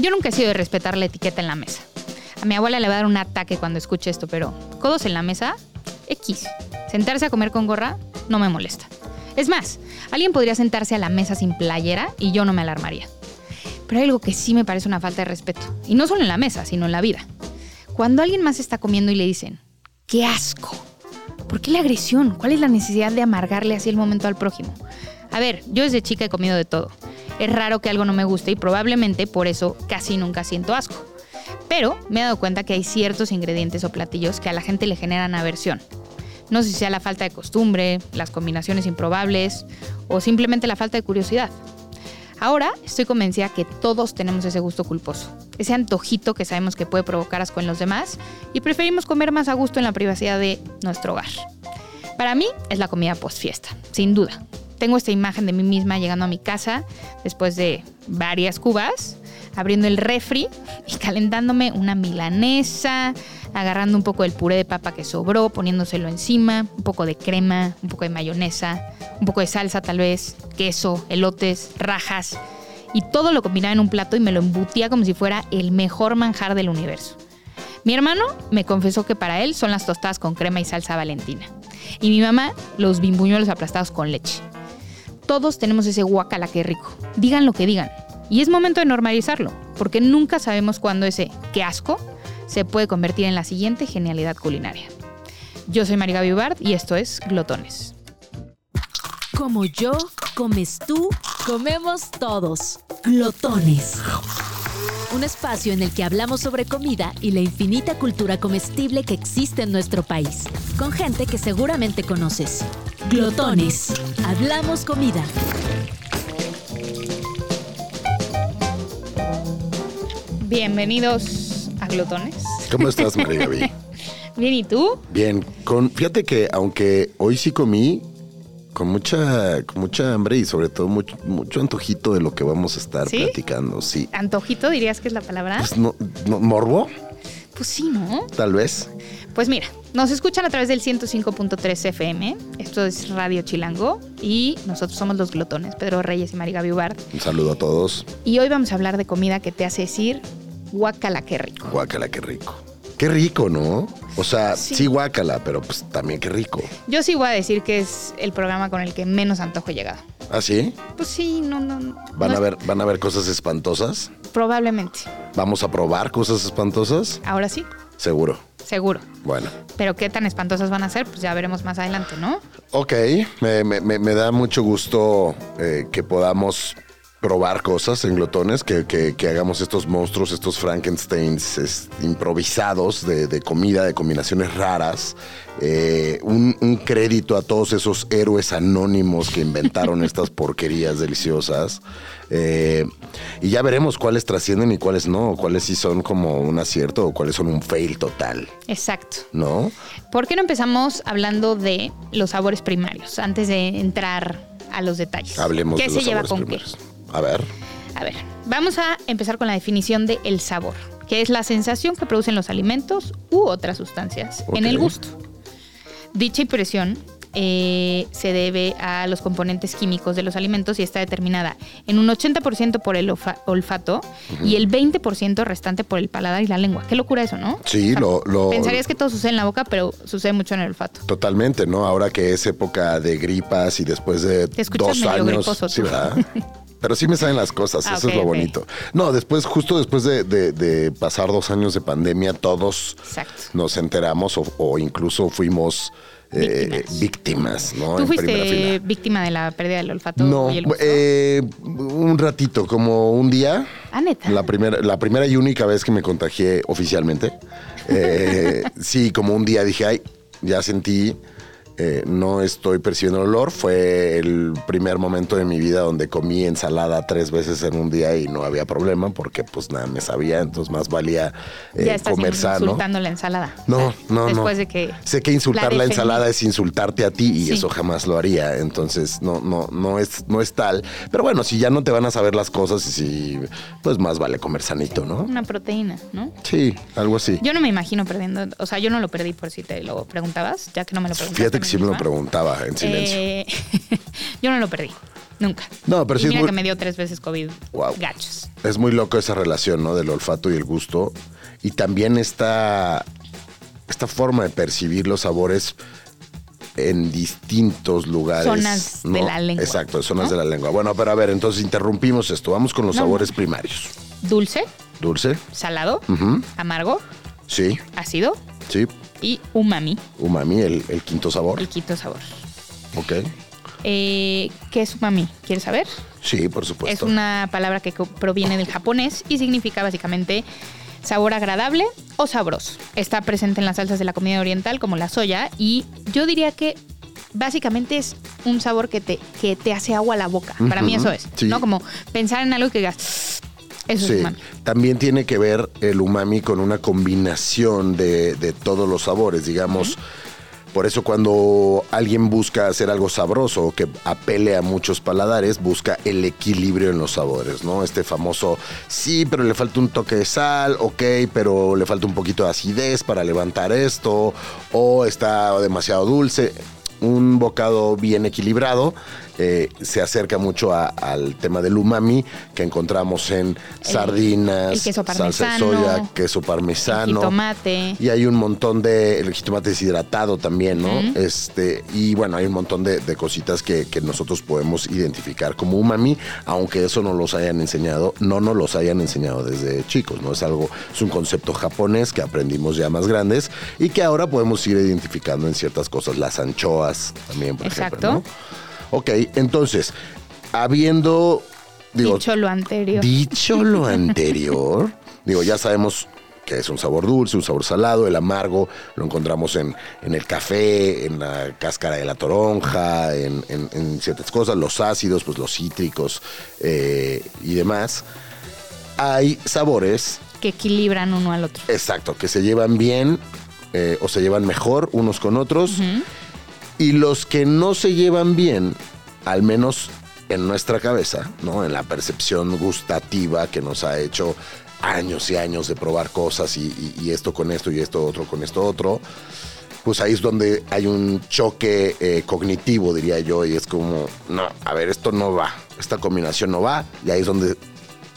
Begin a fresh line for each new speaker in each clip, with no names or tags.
Yo nunca he sido de respetar la etiqueta en la mesa. A mi abuela le va a dar un ataque cuando escuche esto, pero codos en la mesa, X. Sentarse a comer con gorra no me molesta. Es más, alguien podría sentarse a la mesa sin playera y yo no me alarmaría. Pero hay algo que sí me parece una falta de respeto, y no solo en la mesa, sino en la vida. Cuando alguien más está comiendo y le dicen, ¡qué asco! ¿Por qué la agresión? ¿Cuál es la necesidad de amargarle así el momento al prójimo? A ver, yo desde chica he comido de todo. Es raro que algo no me guste y probablemente por eso casi nunca siento asco. Pero me he dado cuenta que hay ciertos ingredientes o platillos que a la gente le generan aversión. No sé si sea la falta de costumbre, las combinaciones improbables o simplemente la falta de curiosidad. Ahora estoy convencida que todos tenemos ese gusto culposo, ese antojito que sabemos que puede provocar asco en los demás y preferimos comer más a gusto en la privacidad de nuestro hogar. Para mí es la comida post fiesta, sin duda. Tengo esta imagen de mí misma llegando a mi casa después de varias cubas, abriendo el refri y calentándome una milanesa, agarrando un poco del puré de papa que sobró, poniéndoselo encima, un poco de crema, un poco de mayonesa, un poco de salsa tal vez, queso, elotes, rajas, y todo lo combinaba en un plato y me lo embutía como si fuera el mejor manjar del universo. Mi hermano me confesó que para él son las tostadas con crema y salsa valentina, y mi mamá los bimbuñuelos aplastados con leche. Todos tenemos ese guacala que rico, digan lo que digan, y es momento de normalizarlo, porque nunca sabemos cuándo ese qué asco se puede convertir en la siguiente genialidad culinaria. Yo soy María Vivard y esto es Glotones.
Como yo, comes tú, comemos todos. Glotones. Un espacio en el que hablamos sobre comida y la infinita cultura comestible que existe en nuestro país, con gente que seguramente conoces. Glotones. Hablamos comida.
Bienvenidos a Glotones.
¿Cómo estás, María Gaby?
Bien, ¿y tú?
Bien, con, fíjate que aunque hoy sí comí con mucha, con mucha hambre y sobre todo mucho, mucho antojito de lo que vamos a estar
¿Sí? ¿Ah?
platicando, sí.
¿Antojito dirías que es la palabra?
Pues no, no- ¿Morbo?
Pues sí, ¿no?
Tal vez.
Pues mira, nos escuchan a través del 105.3 FM. Esto es Radio Chilango y nosotros somos los Glotones, Pedro Reyes y María Vivar.
Un saludo a todos.
Y hoy vamos a hablar de comida que te hace decir guacala qué rico.
Guácala, qué rico. Qué rico, ¿no? O sea,
Sí.
sí, guácala, pero pues también qué rico.
Yo sí voy a decir que es el programa con el que menos antojo he llegado.
¿Ah, sí?
Pues sí, no, no. no.
¿Van,
No
a
es-
ver, ¿Van a ver cosas espantosas?
Probablemente.
¿Vamos a probar cosas espantosas?
Ahora sí,
Seguro.
seguro.
Bueno.
Pero qué tan espantosas van a ser, pues ya veremos más adelante, ¿no?
Ok, me, me- me- me da mucho gusto eh, que podamos probar cosas en glotones, que, que- que hagamos estos monstruos, estos Frankensteins es- improvisados de, de comida, de combinaciones raras. Eh, un, un crédito a todos esos héroes anónimos que inventaron estas porquerías deliciosas. Eh, y ya veremos cuáles trascienden y cuáles no, cuáles sí son como un acierto o cuáles son un fail total,
Exacto.
¿no?
¿Por qué no empezamos hablando de los sabores primarios antes de entrar a los detalles?
Hablemos
¿Qué
de
se
los
lleva
sabores
con
primarios. A ver.
qué? A ver, vamos a empezar con la definición de el sabor, que es la sensación que producen los alimentos u otras sustancias en el
Ok.
gusto. Dicha impresión eh, se debe a los componentes químicos de los alimentos y está determinada en un 80% por el olfa- olfato y el 20% restante por el paladar y la lengua. Qué locura eso, ¿no?
Sí, lo- lo-
Pensarías que todo sucede en la boca, pero sucede mucho en el olfato.
Totalmente, ¿no? Ahora que es época de gripas y después de
Te escuchas
dos
medio
años.
griposo tú.
sí, ¿verdad? Pero sí me salen las cosas,
Ah,
eso
ok,
es lo
ok.
bonito. No, después, justo después de, de- de pasar dos años de pandemia, todos
Exacto.
nos enteramos o, o incluso fuimos eh,
Víctimas.
víctimas. ¿no?
¿Tú
En primera
fuiste
fila.
víctima de la pérdida del olfato
No,
y el gusto?
eh, un ratito, como un día.
Ah, ¿neta?
La primera, la primera y única vez que me contagié oficialmente. Eh, sí, como un día dije, ay, ya sentí, eh, no estoy percibiendo el olor. Fue el primer momento de mi vida donde comí ensalada tres veces en un día y no había problema porque pues nada, me sabía, entonces más valía eh,
ya estás
comer sano.
insultando la ensalada.
No, no, no.
Después de que
Sé que insultar la,
defendí.
ensalada es insultarte a ti y
Sí.
eso jamás lo haría. Entonces, no, no, no es, no es tal. Pero bueno, si ya no te van a saber las cosas y si, pues más vale comer sanito, ¿no?
Una proteína, ¿no?
Sí, algo así.
Yo no me imagino perdiendo, o sea, yo no lo perdí por si te lo preguntabas, ya que no Eh, me lo preguntaste.
Fíjate
a mí
que sí me lo
misma.
preguntaba en silencio.
Eh, yo no lo perdí. Nunca.
No, pero
Y
sí es
mira
muy-
que me dio tres veces COVID.
Guau.
Gachos.
Es muy loco esa relación, ¿no? Del olfato y el gusto. Y también esta, esta forma de percibir los sabores en distintos lugares.
Zonas de la lengua,
Exacto, zonas
¿no?
de la lengua. Bueno, pero a ver, entonces interrumpimos esto. Vamos con los
No,
sabores primarios.
Dulce,
Dulce.
salado,
Ujú.
amargo,
Sí,
ácido
sí.
y umami,
Umami, el, el quinto sabor.
el quinto sabor.
Ok.
Eh, ¿Qué es umami? ¿Quieres saber?
Sí, por supuesto.
Es una palabra que co- proviene del japonés y significa básicamente sabor agradable o sabroso. Está presente en las salsas de la comida oriental como la soya y yo diría que básicamente es un sabor que te, que te hace agua a la boca. Para mí
Ujú,
eso es,
sí.
¿no? Como pensar en algo que digas, eso
Sí.
es umami.
También tiene que ver el umami con una combinación de, de todos los sabores, digamos. Por eso cuando alguien busca hacer algo sabroso que apele a muchos paladares, busca el equilibrio en los sabores, ¿no? Este famoso, sí, pero le falta un toque de sal, ok, pero le falta un poquito de acidez para levantar esto, o está demasiado dulce. Un bocado bien equilibrado eh, se acerca mucho a- al tema del umami que encontramos en sardinas,
el queso
salsa de
parmesano,
soya, queso
El
parmesano.
jitomate.
Ah, Y hay un montón de. El jitomate deshidratado también, ¿no?
Ujú.
Este. Y bueno, hay un montón de, de cositas que, que nosotros podemos identificar como umami, aunque eso no los hayan enseñado, no nos los hayan enseñado desde chicos, ¿no? Es algo, es un concepto japonés que aprendimos ya más grandes y que ahora podemos ir identificando en ciertas cosas. Las anchoas también, por
Exacto.
ejemplo. ¿no? Ok, entonces, habiendo. Digo,
dicho lo anterior.
Dicho lo anterior, digo, ya sabemos que es un sabor dulce, un sabor salado, el amargo lo encontramos en, en el café, en la cáscara de la toronja, en, en- en ciertas cosas, los ácidos, pues los cítricos eh, y demás. Hay sabores,
que equilibran uno al otro.
exacto, que se llevan bien eh, o se llevan mejor unos con otros.
Ujú.
Y los que no se llevan bien, al menos en nuestra cabeza, ¿no? En la percepción gustativa que nos ha hecho años y años de probar cosas y, y- y esto con esto y esto otro con esto otro, pues ahí es donde hay un choque eh, cognitivo, diría yo, y es como, no, a ver, esto no va, esta combinación no va, y ahí es donde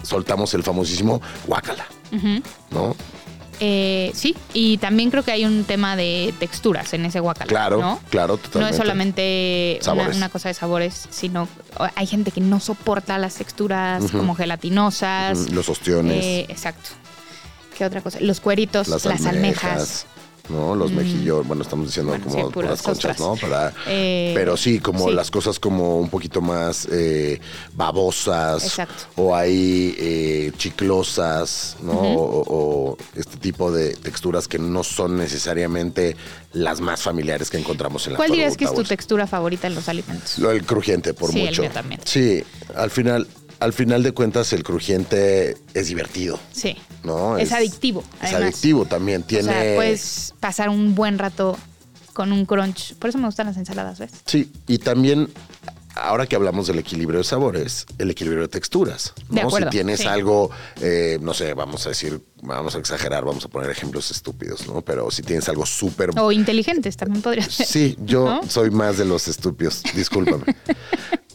soltamos el famosísimo guácala,
Ujú.
¿no?
Eh, sí, y también creo que hay un tema de texturas en ese guacala.
Claro,
¿no?
claro,
No
totalmente.
es solamente una,
Sabores.
una cosa de sabores, sino hay gente que no soporta las texturas
Ujú.
como gelatinosas.
Mm, Los ostiones.
Eh, exacto. ¿Qué otra cosa? Los cueritos, las, almejas.
¿no? Los
Mm.
mejillones, bueno, estamos diciendo
Bueno,
como
sí,
por
puras
las conchas, ¿no?
ostras.
Para-
Eh,
pero sí, como
sí.
las cosas como un poquito más eh, babosas.
Exacto.
O hay eh, chiclosas, ¿no?
Ujú.
o, o este tipo de texturas que no son necesariamente las más familiares que encontramos en la
¿Cuál dirías que es
fruta,
tu
o-
textura favorita en los alimentos?
lo del crujiente, por
Sí, el
mucho.
mío también.
Sí, al final, al final de cuentas, el crujiente es divertido.
sí.
¿no?
Es adictivo,
Es
además.
adictivo también. Tiene.
O sea, puedes pasar un buen rato con un crunch. Por eso me gustan las ensaladas, ¿ves?
Sí, y también. Ahora que hablamos del equilibrio de sabores, el equilibrio de texturas. ¿no?
De acuerdo,
si tienes
sí.
algo, eh, no sé, vamos a decir, vamos a exagerar, vamos a poner ejemplos estúpidos, ¿no? Pero si tienes algo súper
O inteligentes también podría ser.
Sí, yo
Oh. ¿No?
soy más de los estúpidos, discúlpame.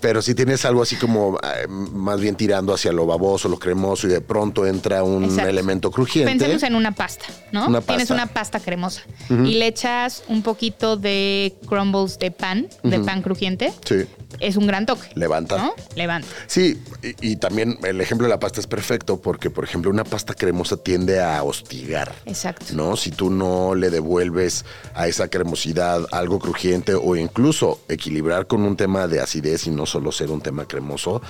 Pero si tienes algo así como eh, más bien tirando hacia lo baboso, lo cremoso y de pronto entra un
Exacto.
elemento crujiente.
Pensemos en una pasta, ¿no?
Una
Tienes
pasta.
una pasta cremosa y le echas un poquito de crumbles de pan, de pan crujiente.
Sí.
Es un gran toque.
Levanta.
¿No? Levanta.
Sí, y, y también el ejemplo de la pasta es perfecto porque, por ejemplo, una pasta cremosa tiende a hostigar.
Exacto.
¿No? Si tú no le devuelves a esa cremosidad algo crujiente o incluso equilibrar con un tema de acidez y no solo ser un tema cremoso,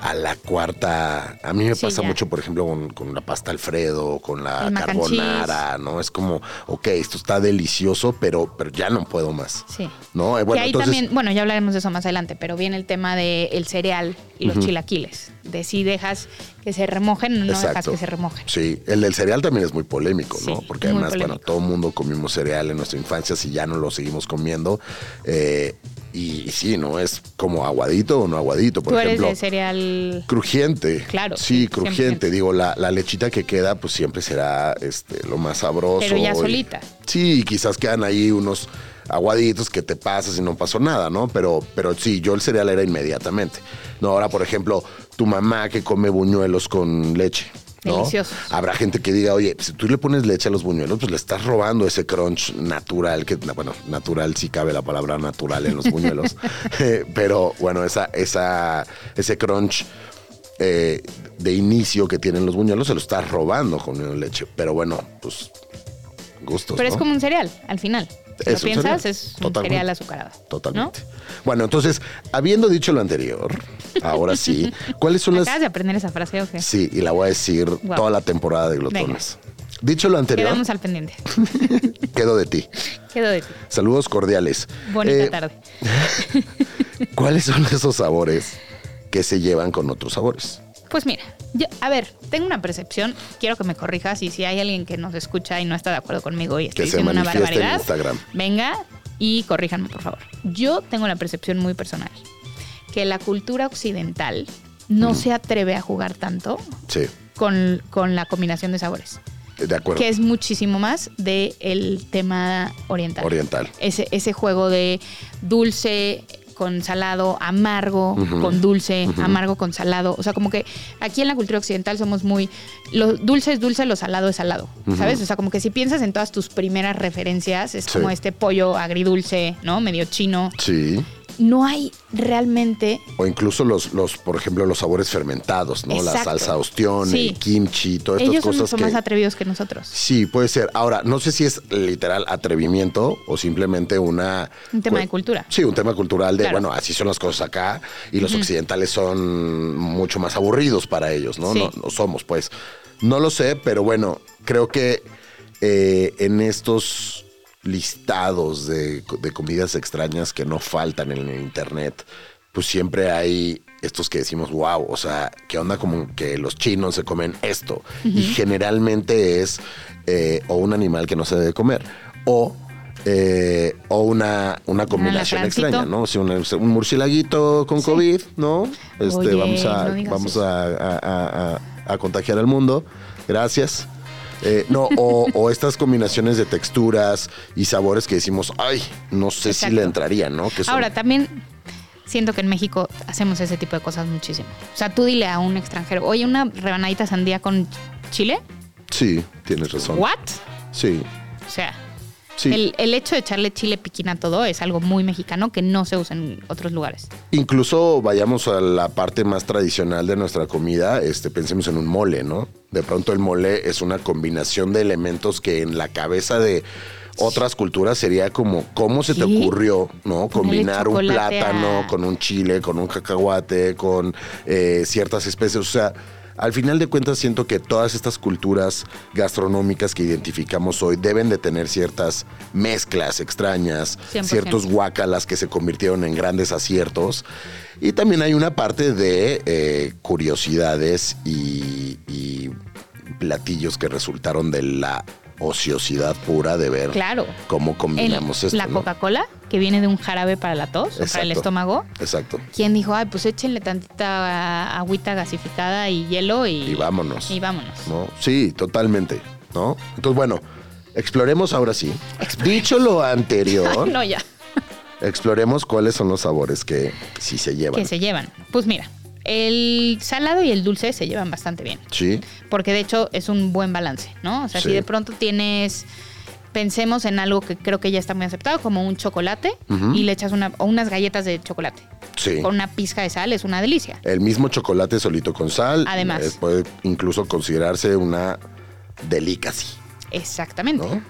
a la cuarta. A mí me
Sí,
pasa
ya.
mucho, por ejemplo, con, con la pasta Alfredo, con la
El mac and
carbonara, ¿no? Es como, ok, esto está delicioso, pero, pero ya no puedo más.
Sí.
¿No? Eh,
Que
Bueno,
ahí
entonces.
también, bueno, ya hablaremos de eso más adelante, pero viene el tema del el cereal y los chilaquiles. De si dejas que se remojen o no dejas
Exacto.
que se remojen.
Sí, el del cereal también es muy polémico, ¿no?
Sí,
Porque
muy
además, bueno,
polémico.
todo el mundo comimos cereal en nuestra infancia, si ya no lo seguimos comiendo, eh, Y sí, no es como aguadito o no aguadito, por
Tú eres
ejemplo.
de cereal.
Crujiente.
Claro,
Sí,
sí,
crujiente.
100%.
Digo, la, la lechita que queda, pues siempre será este, lo más sabroso.
Pero ya
y-
solita.
Sí, y quizás quedan ahí unos aguaditos que te pasas y no pasó nada, ¿no? Pero, pero sí, yo el cereal era inmediatamente. No, ahora, por ejemplo, tu mamá que come buñuelos con leche. ¿no?
Deliciosos.
Habrá gente que diga, oye, si tú le pones leche a los buñuelos, pues le estás robando ese crunch natural, que, bueno, natural si cabe la palabra natural en los buñuelos. Eh, Pero bueno, esa, esa, ese crunch eh, de inicio que tienen los buñuelos se lo estás robando con leche. Pero bueno, pues gustos.
Pero es
¿no?
como un cereal, al final. Si
Es
lo
un
piensas,
cereal.
es un
Totalmente.
cereal azucarado. ¿no?
Totalmente. Bueno, entonces, habiendo dicho lo anterior, ahora sí, ¿cuáles son las.
Acabas de aprender esa frase, ¿o qué?
Sí, y la voy a decir
Guau.
toda la temporada de glotones. Dicho lo anterior,
Quedamos al pendiente.
quedo de ti.
Quedo de ti.
Saludos cordiales.
Bonita
Eh,
tarde.
¿Cuáles son esos sabores que se llevan con otros sabores?
Pues mira, yo, a ver, tengo una percepción, quiero que me corrijas y si hay alguien que nos escucha y no está de acuerdo conmigo y está
Que se
diciendo una
manifieste en
barbaridad,
Instagram.
venga y corríjanme, por favor. Yo tengo la percepción muy personal que la cultura occidental no se atreve a jugar tanto
Sí,
con, con la combinación de sabores,
de acuerdo.
que es muchísimo más del tema oriental.
Oriental.
ese, ese juego de dulce con salado, amargo
Ujú.
con dulce,
Ujú.
amargo con salado. O sea, como que aquí en la cultura occidental somos muy. Lo dulce es dulce, lo salado es salado.
Ujú.
¿Sabes? O sea, como que si piensas en todas tus primeras referencias, es
Sí.
como este pollo agridulce, ¿no? Medio chino.
Sí.
No hay realmente.
O incluso los, los, por ejemplo, los sabores fermentados, ¿no? La
Exacto.
salsa ostión,
Sí.
el kimchi, todas estas
Ellos son
cosas
mucho
que.
más atrevidos que nosotros.
Sí, puede ser. Ahora, no sé si es literal atrevimiento o simplemente una...
Un tema
cu-
de cultura.
Sí, un tema cultural de,
Claro.
bueno, así son las cosas acá y los occidentales son mucho más aburridos para ellos, ¿no?
Sí.
No, no somos, pues. No lo sé, pero bueno, creo que eh, en estos listados de, de comidas extrañas que no faltan en el internet, pues siempre hay estos que decimos, wow, o sea, ¿qué onda como que los chinos se comen esto? Y generalmente es eh, o un animal que no se debe comer o... eh, o una, una combinación
alacrancito.
extraña, ¿no? O sea, un, un murcielaguito con COVID, ¿no? Este,
Oye,
vamos a,
no digas
vamos
eso.
a, a- a- a- a contagiar al mundo. Gracias. Eh, no, o, o estas combinaciones de texturas y sabores que decimos, ay, no sé si
Exacto.
le entraría, ¿no? Que son-
Ahora, también siento que en México hacemos ese tipo de cosas muchísimo. O sea, tú dile a un extranjero, oye, una rebanadita sandía con chile,
Sí, tienes razón.
¿what?
Sí,
O sea,
sí.
el, el hecho de echarle chile piquín a todo es algo muy mexicano que no se usa en otros lugares.
Incluso vayamos a la parte más tradicional de nuestra comida, este, pensemos en un mole, ¿no? De pronto el mole es una combinación de elementos que en la cabeza de otras culturas sería como, ¿cómo se te
¿Qué?
ocurrió, no?
Ponerle
Combinar un
chocolate
plátano
a-
con un chile, con un cacahuate, con eh, ciertas especies, o sea... Al final de cuentas siento que todas estas culturas gastronómicas que identificamos hoy deben de tener ciertas mezclas extrañas,
100%.
ciertos guácalas que se convirtieron en grandes aciertos. Y también hay una parte de eh, curiosidades y, y platillos que resultaron de la ociosidad pura de ver
Claro.
cómo
En
combinamos esto.
la
¿no?
Coca-Cola, que viene de un jarabe para la tos, o para el
Exacto.
estómago.
Exacto.
Quien dijo, ay, pues échenle tantita agüita gasificada y hielo y,
Y vámonos.
Y vámonos.
¿no? Sí, totalmente. ¿no? Entonces, bueno, exploremos ahora sí. Dicho lo anterior,
No, ya.
exploremos cuáles son los sabores que sí se llevan.
Que se llevan. Pues mira, el salado y el dulce se llevan bastante bien.
Sí,
porque de hecho es un buen balance, ¿no? O sea,
Sí.
si de pronto tienes, pensemos en algo que creo que ya está muy aceptado, como un chocolate
Ujú.
y le echas una, o unas galletas de chocolate
sí.
con una pizca de sal, es una delicia.
El mismo chocolate solito con sal.
Además.
eh, puede incluso considerarse una delicacy.
Exactamente.
¿No?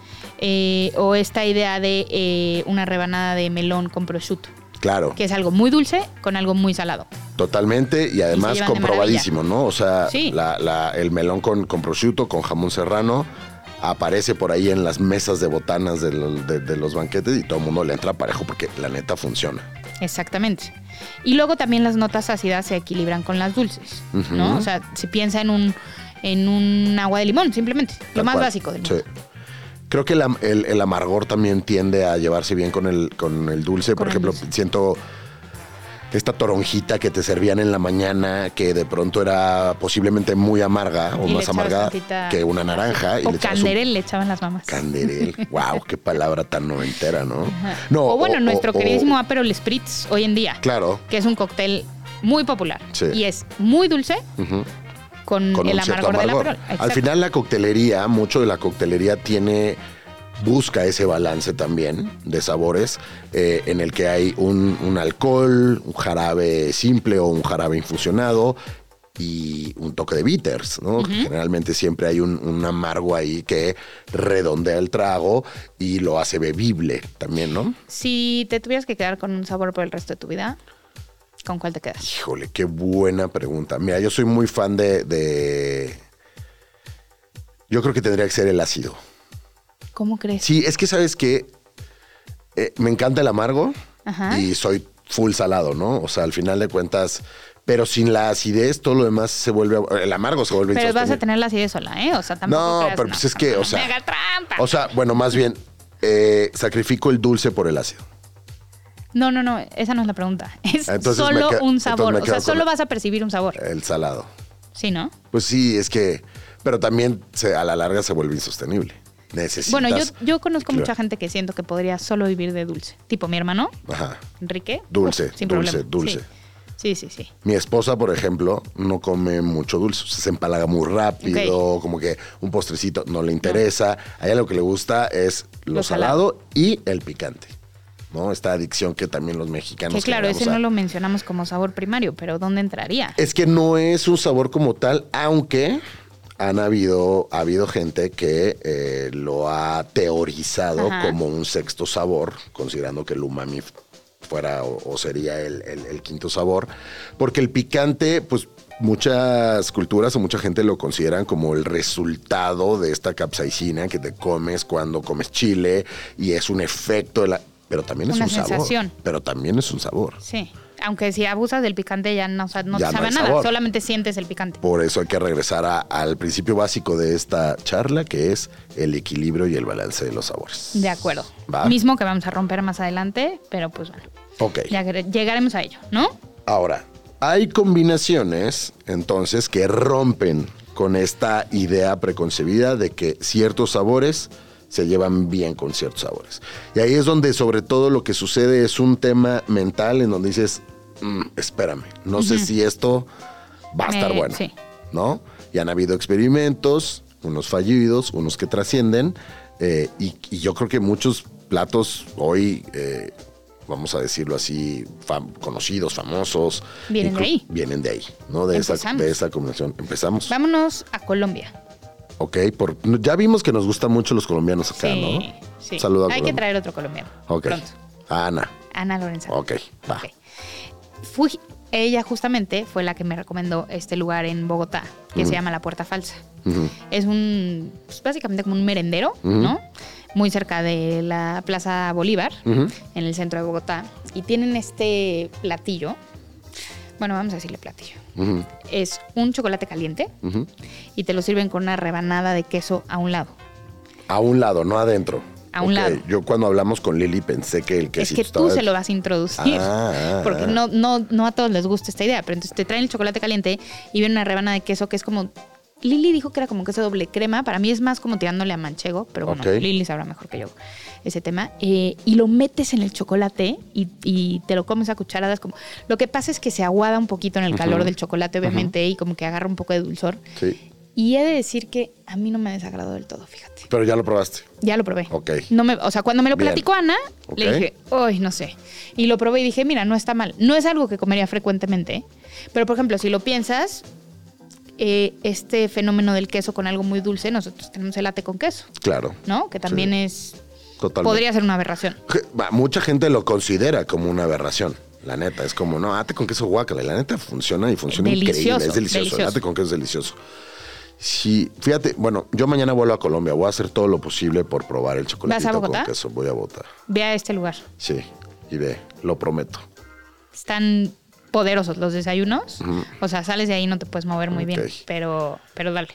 Eh, o esta idea de eh, una rebanada de melón con prosciutto,
Claro,
que es algo muy dulce con algo muy salado.
totalmente y además
llevan de
comprobadísimo, ¿no? O sea,
Sí.
la- la- el melón con, con prosciutto, con jamón serrano, aparece por ahí en las mesas de botanas de, lo- de- de los banquetes y todo el mundo le entra parejo porque la neta funciona.
Exactamente. Y luego también las notas ácidas se equilibran con las dulces,
Ujú.
¿no? O sea, se piensa en un en un agua de limón, simplemente, lo
Tal
más
cual.
básico del
Sí.
mundo.
Creo que el, am- el- el amargor también tiende a llevarse bien con el, con el dulce.
Con
Por
el
ejemplo,
dulce.
siento esta toronjita que te servían en la mañana, que de pronto era posiblemente muy amarga o
Y le
más
echabas
amarga
tantita-
que una naranja. y
o
le echabas un
canderel le echaban las mamás.
Canderel. wow, qué palabra tan noventera, ¿no?
Ajá.
No,
o bueno, nuestro
o-
queridísimo Aperol Spritz hoy en día,
Claro.
que es un cóctel muy popular.
Sí.
Y es muy dulce
ujú,
con,
Con
Mm, el
un cierto
amargor, del
amargor.
Aperol. Exacto.
Al final la coctelería, mucho de la coctelería tiene busca ese balance también de sabores eh, en el que hay un, un alcohol, un jarabe simple o un jarabe infusionado y un toque de bitters, ¿no? Generalmente siempre hay un, un amargo ahí que redondea el trago y lo hace bebible también, ¿no?
Si te tuvieras que quedar con un sabor por el resto de tu vida, ¿con cuál te quedas?
Híjole, qué buena pregunta. Mira, yo soy muy fan de, de- Yo creo que tendría que ser el ácido.
¿Cómo crees?
Sí, es que sabes que me encanta el amargo
Ajá.
y soy full salado, ¿no? O sea, al final de cuentas, pero sin la acidez, todo lo demás se vuelve. El amargo se vuelve
Pero vas a
insostenible.
tener la acidez sola, ¿eh? O sea, tampoco.
No,
creas,
pero pues es que, o sea-
¡Me haga trampa!
O sea, bueno, más bien, eh, sacrifico el dulce por el ácido.
no, no, no, esa no es la pregunta. Es
Entonces me
solo
quedo-
un
entonces
sabor.
me
O sea,
quedo Eh. con-
solo vas a percibir un sabor.
El salado.
Sí, ¿no?
Pues sí, es que. Pero también se- a la larga se vuelve insostenible. Necesitas.
Bueno, yo, yo conozco
Claro.
mucha gente que siento que podría solo vivir de dulce. Tipo mi hermano,
Ajá.
Enrique.
Dulce,
uf, sin
dulce,
problema.
dulce.
Sí, sí, sí. sí.
Mi esposa, por ejemplo, no come mucho dulce. O sea, se empalaga muy rápido, como que un postrecito no le interesa. A ella lo que le gusta es lo,
Lo salado.
salado y el picante. ¿No? Esta adicción que también los mexicanos.
Que claro,
generamos
ese
a-
no lo mencionamos como sabor primario, pero ¿dónde entraría?
Es que no es un sabor como tal, aunque han habido, ha habido gente que eh, lo ha teorizado
Ajá.
como un sexto sabor, considerando que el umami f- fuera o, o sería el, el- el quinto sabor, porque el picante, pues muchas culturas o mucha gente lo consideran como el resultado de esta capsaicina que te comes cuando comes chile y es un efecto de la... Pero también es
Una
un
sensación.
sabor. Pero también es un sabor.
Sí. Aunque si abusas del picante ya no, sa- no
Ya
te
no
sabe a
hay
nada,
sabor.
solamente sientes el picante.
Por eso hay que regresar a- al principio básico de esta charla, que es el equilibrio y el balance de los sabores.
De acuerdo.
¿Va?
Mismo que vamos a romper más adelante, pero pues bueno,
Ok.
ya gre- llegaremos a ello, ¿no?
Ahora, hay combinaciones entonces que rompen con esta idea preconcebida de que ciertos sabores se llevan bien con ciertos sabores. Y ahí es donde sobre todo lo que sucede es un tema mental en donde dices, "Mm, espérame, no sé si esto va a
Me-
estar bueno.
sí.
¿no? Y han habido experimentos, unos fallidos, unos que trascienden, eh, y, y yo creo que muchos platos hoy, eh, vamos a decirlo así, fam- conocidos, famosos,
Vienen de
inclu-
ahí.
Vienen de ahí, ¿no? De esa,
Empezamos.
de esa combinación. Empezamos.
Vámonos a Colombia.
Ok, por, ya vimos que nos gustan mucho los colombianos acá,
Sí,
¿no?
sí.
Saluda a
Hay que
Colombia.
traer otro colombiano.
Ok.
Pronto.
Ana,
Ana Lorenzo.
ok, va.
Ok. Fui, ella justamente fue la que me recomendó este lugar en Bogotá, que se llama La Puerta Falsa.
Ujú.
Es un, pues, básicamente como un merendero,
Ujú.
¿no? Muy cerca de la Plaza Bolívar,
Ujú.
en el centro de Bogotá. Y tienen este platillo. Bueno, vamos a decirle platillo.
Ujú,
Es un chocolate caliente
ujú.
y te lo sirven con una rebanada de queso a un lado.
A un lado, no adentro.
A un
Ok,
lado.
Yo cuando hablamos con Lili pensé que el
es
quesito
que
estaba
tú se lo vas a introducir.
Ah, ah,
porque
ah.
no, no, no a todos les gusta esta idea. Pero entonces te traen el chocolate caliente y viene una rebanada de queso que es como. Lili dijo que era como queso doble crema. Para mí es más como tirándole a manchego, pero bueno,
Ok.
Lili sabrá mejor que yo ese tema. Eh, y lo metes en el chocolate y, y te lo comes a cucharadas. Como... Lo que pasa es que se aguada un poquito en el calor del chocolate, obviamente, y como que agarra un poco de dulzor.
Sí.
Y he de decir que a mí no me desagradó del todo, fíjate.
Pero ya lo probaste.
Ya lo probé.
Ok.
No me, o sea, cuando me lo
Bien.
platicó Ana, le
Ok.
dije, uy, no sé. Y lo probé y dije, mira, no está mal. No es algo que comería frecuentemente, ¿eh? pero por ejemplo, si lo piensas, eh, este fenómeno del queso con algo muy dulce, nosotros tenemos el latte con queso,
Claro.
¿no? Que también
Sí,
es,
Totalmente.
podría ser una aberración.
Je- va, Mucha gente lo considera como una aberración. La neta, es como, no, ate con queso guacala. La neta funciona y funciona
Delicioso,
increíble. Es delicioso.
delicioso.
El ate con queso es delicioso. Sí, fíjate, bueno, yo mañana vuelo a Colombia. Voy a hacer todo lo posible por probar el chocolatito
Bogotá?
con queso. Voy a votar.
Ve a este lugar.
Sí, y ve, lo prometo.
Están poderosos los desayunos. O sea, sales de ahí y no te puedes mover muy bien,
Ok.
pero, pero dale.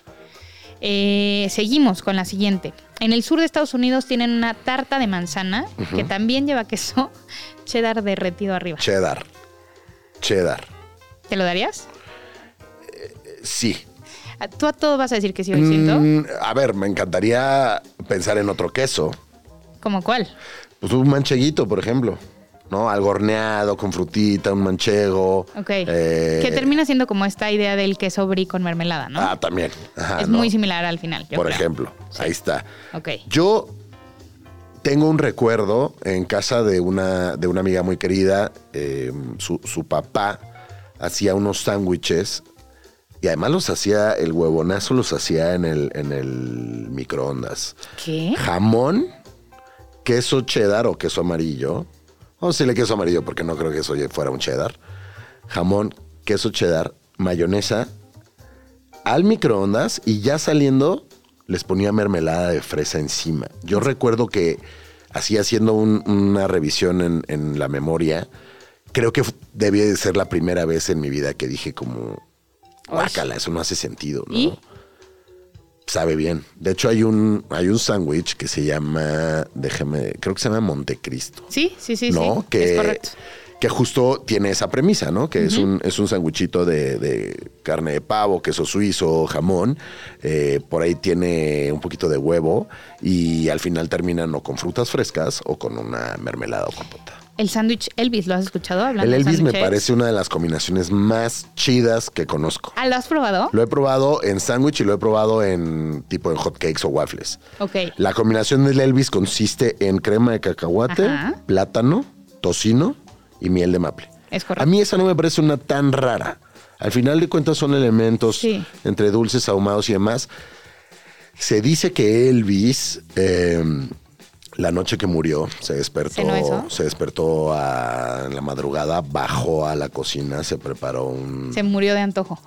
Eh, seguimos con la siguiente. En el sur de Estados Unidos tienen una tarta de manzana que también lleva queso cheddar derretido arriba.
Cheddar. Cheddar.
¿Te lo darías?
Sí.
A- Tú a todo vas a decir que sí, hoy siento.
Mm, a ver, me encantaría pensar en otro queso.
¿Cómo cuál?
Pues un mancheguito, por ejemplo. ¿No? Algo horneado, con frutita, un manchego.
Ok.
Eh,
que termina siendo como esta idea del queso brie con mermelada, ¿no?
Ah, también. Ajá,
es
no.
muy similar al final. yo
Por
creo.
ejemplo. Ahí está.
Ok.
Yo tengo un recuerdo en casa de una, de una amiga muy querida. eh, su, su papá hacía unos sándwiches y además los hacía, el huevonazo los hacía en el, en el microondas.
¿Qué?
Jamón, queso cheddar o queso amarillo. Vamos a decirle queso amarillo porque no creo que eso ya fuera un cheddar. Jamón, queso cheddar, mayonesa al microondas y ya saliendo les ponía mermelada de fresa encima. Yo recuerdo que así haciendo un- una revisión en, en la memoria, creo que fu- debía de ser la primera vez en mi vida que dije como, guácala, eso no hace sentido, ¿no?
¿Y?
Sabe bien. De hecho hay un, hay un sándwich que se llama, déjeme, creo que se llama Montecristo.
Sí, sí, sí,
¿no?
sí.
Que,
Es correcto.
que justo tiene esa premisa, ¿no? Que es un, es un sanguchito de, de carne de pavo, queso suizo, jamón. eh, por ahí tiene un poquito de huevo y al final terminan o con frutas frescas o con una mermelada o compota.
El sándwich Elvis, ¿lo has escuchado? Hablando
El
de
Elvis me
sándwiches.
parece una de las combinaciones más chidas que conozco.
Ah, ¿lo has probado?
Lo he probado en sándwich y lo he probado en tipo en hot cakes o waffles.
Ok.
La combinación del Elvis consiste en crema de cacahuate,
Ajá.
plátano, tocino y miel de maple.
Es correcto.
A mí esa no me parece una tan rara. Al final de cuentas son elementos
Sí.
entre dulces, ahumados y demás. Se dice que Elvis, eh, la noche que murió, se
¿Cenó
despertó,
eso?
se despertó a- en la madrugada, bajó a la cocina, se preparó un
Se murió de antojo.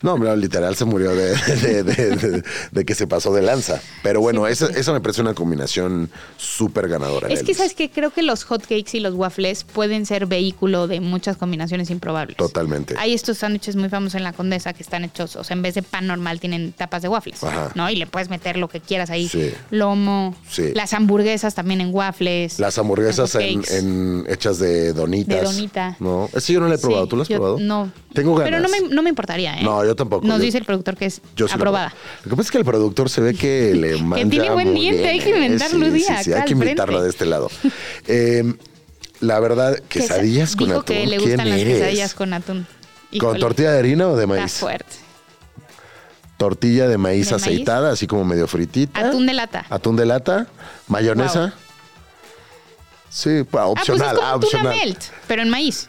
no, hombre, literal se murió de, de- de- de- de que se pasó de lanza. Pero bueno,
Sí,
esa,
sí.
esa me parece una combinación súper ganadora.
es que,
Elvis.
¿sabes que Creo que los hotcakes y los waffles pueden ser vehículo de muchas combinaciones improbables.
Totalmente.
Hay estos sándwiches muy famosos en la Condesa que están hechos, o sea, en vez de pan normal tienen tapas de waffles,
Ajá.
¿no? Y le puedes meter lo que quieras ahí.
Sí.
Lomo.
Sí.
Las hamburguesas también en waffles.
Las hamburguesas en,
hotcakes.
en- hechas de donitas.
De donita.
No, eso yo no la he probado.
Sí,
¿Tú la has
yo-
probado?
No.
Tengo ganas.
Pero no me, no me importaría, ¿eh?
No, yo tampoco.
Nos
Yo-
dice el productor que es
Yo sí la
aprobada.
probé. Lo que pasa es que el productor se ve que le manda
tiene buen
muy
diente,
bien,
hay que
¿eh?
inventarlo un
Sí,
día
sí, sí,
acá
hay
al
que inventarlo
frente.
de este lado. Eh, la verdad, quesadillas con
Dijo
atún.
que le
¿Quién
gustan las
eres?
quesadillas con atún.
¿Con
Híjole,
tortilla de harina o de
Está
maíz?
fuerte.
Tortilla de maíz
¿De maíz?
aceitada, así como medio fritita.
Atún de lata.
Atún de lata, mayonesa.
Wow.
Sí, pa- opcional,
ah,
ah,
pues es como
opcional.
tuna melt, pero en maíz.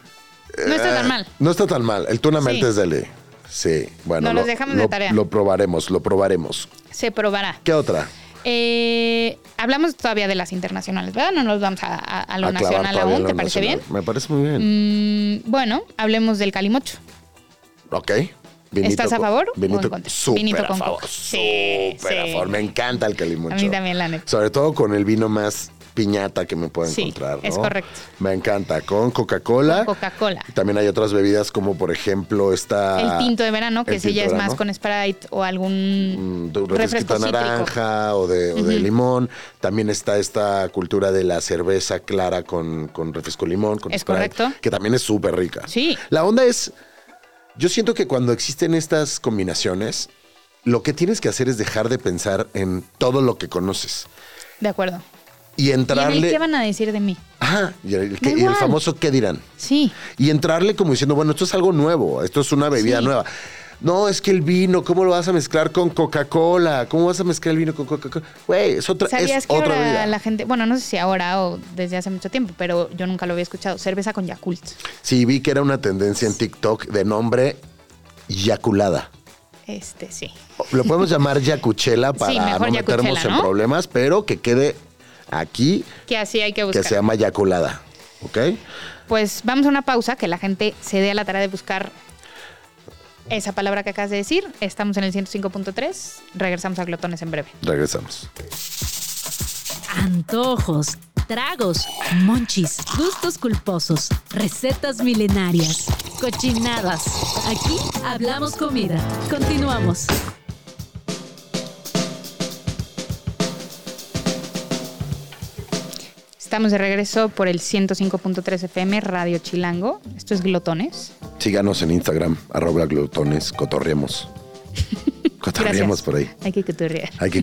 No está tan
Eh,
mal.
No está tan mal. El tuna melt
Sí.
es de ley. Sí, bueno.
Nos los dejamos de
lo-
tarea.
Lo probaremos, lo probaremos.
Se probará.
¿Qué otra?
Eh, hablamos todavía de las internacionales, ¿verdad? No nos vamos a, a- a lo
A clavar
nacional
todavía
aún,
lo
¿te parece
nacional. Me parece muy bien.
bien? Mm, bueno, hablemos del calimocho.
Ok.
¿Estás
co-
a favor o
Vinito,
en contra?
súper
Vinito
a
con
favor.
coca. Sí,
súper a
sí.
favor. Me encanta el calimocho.
A mí también, la neta.
Sobre todo con el vino más piñata que me puedo
Sí,
encontrar.
es
¿no?
correcto.
Me encanta. Con Coca-Cola.
Con Coca-Cola.
Y También hay otras bebidas como, por ejemplo, esta.
el tinto de verano, que
Ah, el
ese ya es
tinto de
más
verano.
con Sprite o algún
Mm, de un refresquito
refresco
de
cítrico.
naranja o de, o de limón. También está esta cultura de la cerveza clara con, con refresco limón, con
Es
Sprite,
correcto.
que también es súper rica.
Sí.
La onda es, yo siento que cuando existen estas combinaciones, lo que tienes que hacer es dejar de pensar en todo lo que conoces
De acuerdo. ¿Y
y
en el
entrarle...
qué van a decir de mí?
Ajá, y el,
Da
y el
igual.
famoso qué dirán.
Sí.
Y entrarle como diciendo, bueno, esto es algo nuevo, esto es una bebida
Sí.
nueva. No, es que el vino, ¿cómo lo vas a mezclar con Coca-Cola? ¿Cómo vas a mezclar el vino con Coca-Cola? Güey, es otra,
¿Sabías
es
que
otra
ahora
bebida.
la gente, bueno, no sé si ahora o desde hace mucho tiempo, pero yo nunca lo había escuchado, cerveza con Yakult.
Sí, vi que era una tendencia en TikTok de nombre Yaculada.
Este, sí.
Lo podemos llamar Yacuchela para
mejor
no meternos
Yacuchela,
en
¿no?
problemas, pero que quede aquí
Que así hay que buscar.
que se llama Yaculada. ¿Ok?
Pues vamos a una pausa, que la gente se dé a la tarea de buscar esa palabra que acabas de decir. Estamos en el 105.3, regresamos a Glotones en breve.
Regresamos.
Antojos, tragos, monchis, gustos culposos, recetas milenarias, cochinadas. Aquí hablamos comida. Continuamos.
Estamos de regreso por el 105.3 FM Radio Chilango. Esto es Glotones.
Síganos en Instagram, arroba glotones, cotorremos. Cotorremos
Gracias.
por ahí.
Hay que cotorrear.
Hay que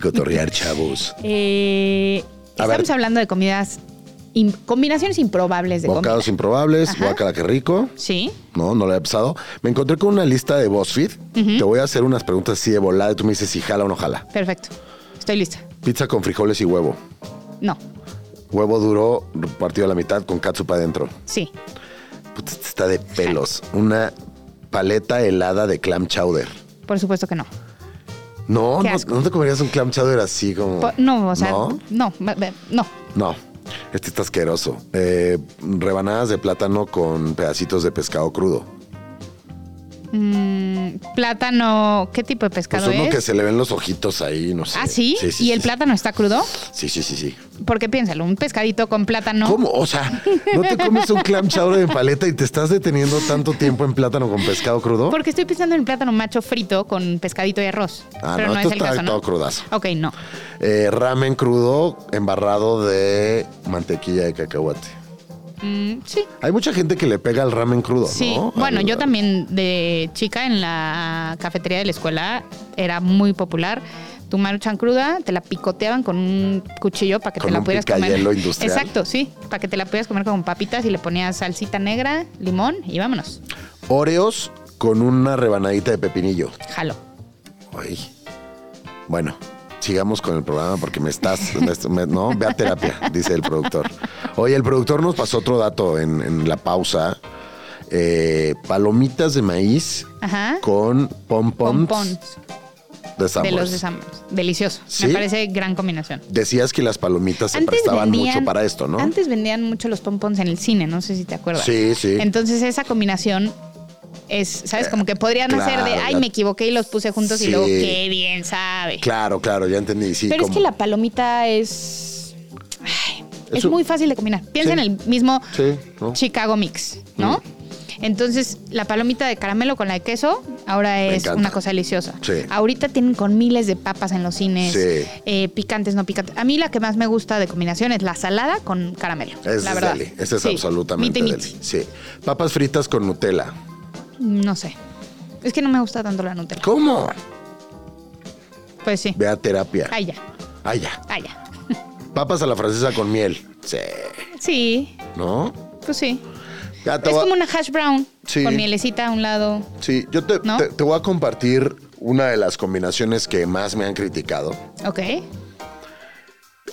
cotorrear, chavos.
Eh,
A
estamos
ver.
hablando de comidas, im- combinaciones improbables de
Bocados
comida.
improbables,
Ajá.
guacala que rico.
Sí.
No, no lo he pasado. Me encontré con una lista de BuzzFeed. Te voy a hacer unas preguntas así de volada y tú me dices si jala o no jala.
Perfecto. Estoy lista.
Pizza con frijoles y huevo.
No.
Huevo duro partido a la mitad con catsup adentro.
Sí.
Puta, esta está de pelos. Una paleta helada de clam chowder.
Por supuesto que no.
No,
Qué
no,
asco.
no te comerías un clam chowder así como.
Po- No, o sea,
¿No?
no, no. ma- ma- no.
No, este está asqueroso. Eh, rebanadas de plátano con pedacitos de pescado crudo.
Mm, plátano, ¿qué tipo de
Pues
pescado
uno
es?
que se le ven los ojitos ahí, no sé.
Ah, sí. ¿Y el
sí.
plátano está crudo?
Sí, sí, sí, sí.
Porque piénsalo, un pescadito con plátano.
¿Cómo? O sea, ¿no te comes un clam chowder de paleta y te estás deteniendo tanto tiempo en plátano con pescado crudo?
Porque estoy pensando en el plátano macho frito con pescadito y arroz.
Ah,
pero
no,
no,
esto
es el
está
caso, ¿no?
todo crudazo.
Ok, no.
Eh, ramen crudo embarrado de mantequilla de cacahuate.
Mm, sí.
Hay mucha gente que le pega al ramen crudo,
Sí,
¿no?
bueno,
Al-
yo también de chica en la cafetería de la escuela era muy popular. Tu maruchan cruda te la picoteaban con un cuchillo para que
Con
te la
un
pudieras comer.
picayelo industrial.
Exacto, sí, para que te la pudieras comer con papitas y le ponías salsita negra, limón y vámonos.
Oreos con una rebanadita de pepinillo.
Jalo.
Ay. Bueno, sigamos con el programa porque me estás. me- me- no, ve a terapia, dice el productor. Oye, el productor nos pasó otro dato en, en la pausa. Eh, palomitas de maíz
Ajá.
con pom-poms
Pompons
de
de
Sanborns.
los de Sanborns. Delicioso.
¿Sí?
Me parece gran combinación.
Decías que las palomitas se prestaban mucho para esto, ¿no?
Antes vendían mucho los pompons en el cine, no sé si te acuerdas.
Sí, sí.
Entonces esa combinación es, ¿sabes? Como que podrían
claro,
hacer de, ay,
la-
me equivoqué y los puse juntos
Sí.
y luego, qué bien sabe.
Claro, claro, ya entendí. Sí,
Pero es
como-
que la palomita es... ay,
Es
es
un-
muy fácil de combinar. Piensa
Sí.
en el mismo
Sí, ¿no? Mm.
Chicago Mix, ¿no? Entonces, la palomita de caramelo con la de queso ahora es
encanta.
una cosa deliciosa.
Sí.
Ahorita tienen con miles de papas en los cines,
Sí.
eh, picantes, no picantes. A mí la que más me gusta de combinación es la salada con caramelo.
Ese
la
es
verdad.
deli, ese es
Sí.
absolutamente
Miti,
deli.
miti.
Sí. Papas fritas con Nutella.
No sé. Es que no me gusta tanto la Nutella.
¿Cómo?
Pues sí.
Ve a terapia.
Ay, ya.
Ah, ya.
Ay, ya.
Papas a la francesa con miel. Sí.
Sí,
¿No?
pues sí.
Ya te
Es
voy a-
como una hash brown
Sí.
con mielecita a un lado.
Sí, yo te,
¿No?
te- te voy a compartir una de las combinaciones que más me han criticado.
Ok.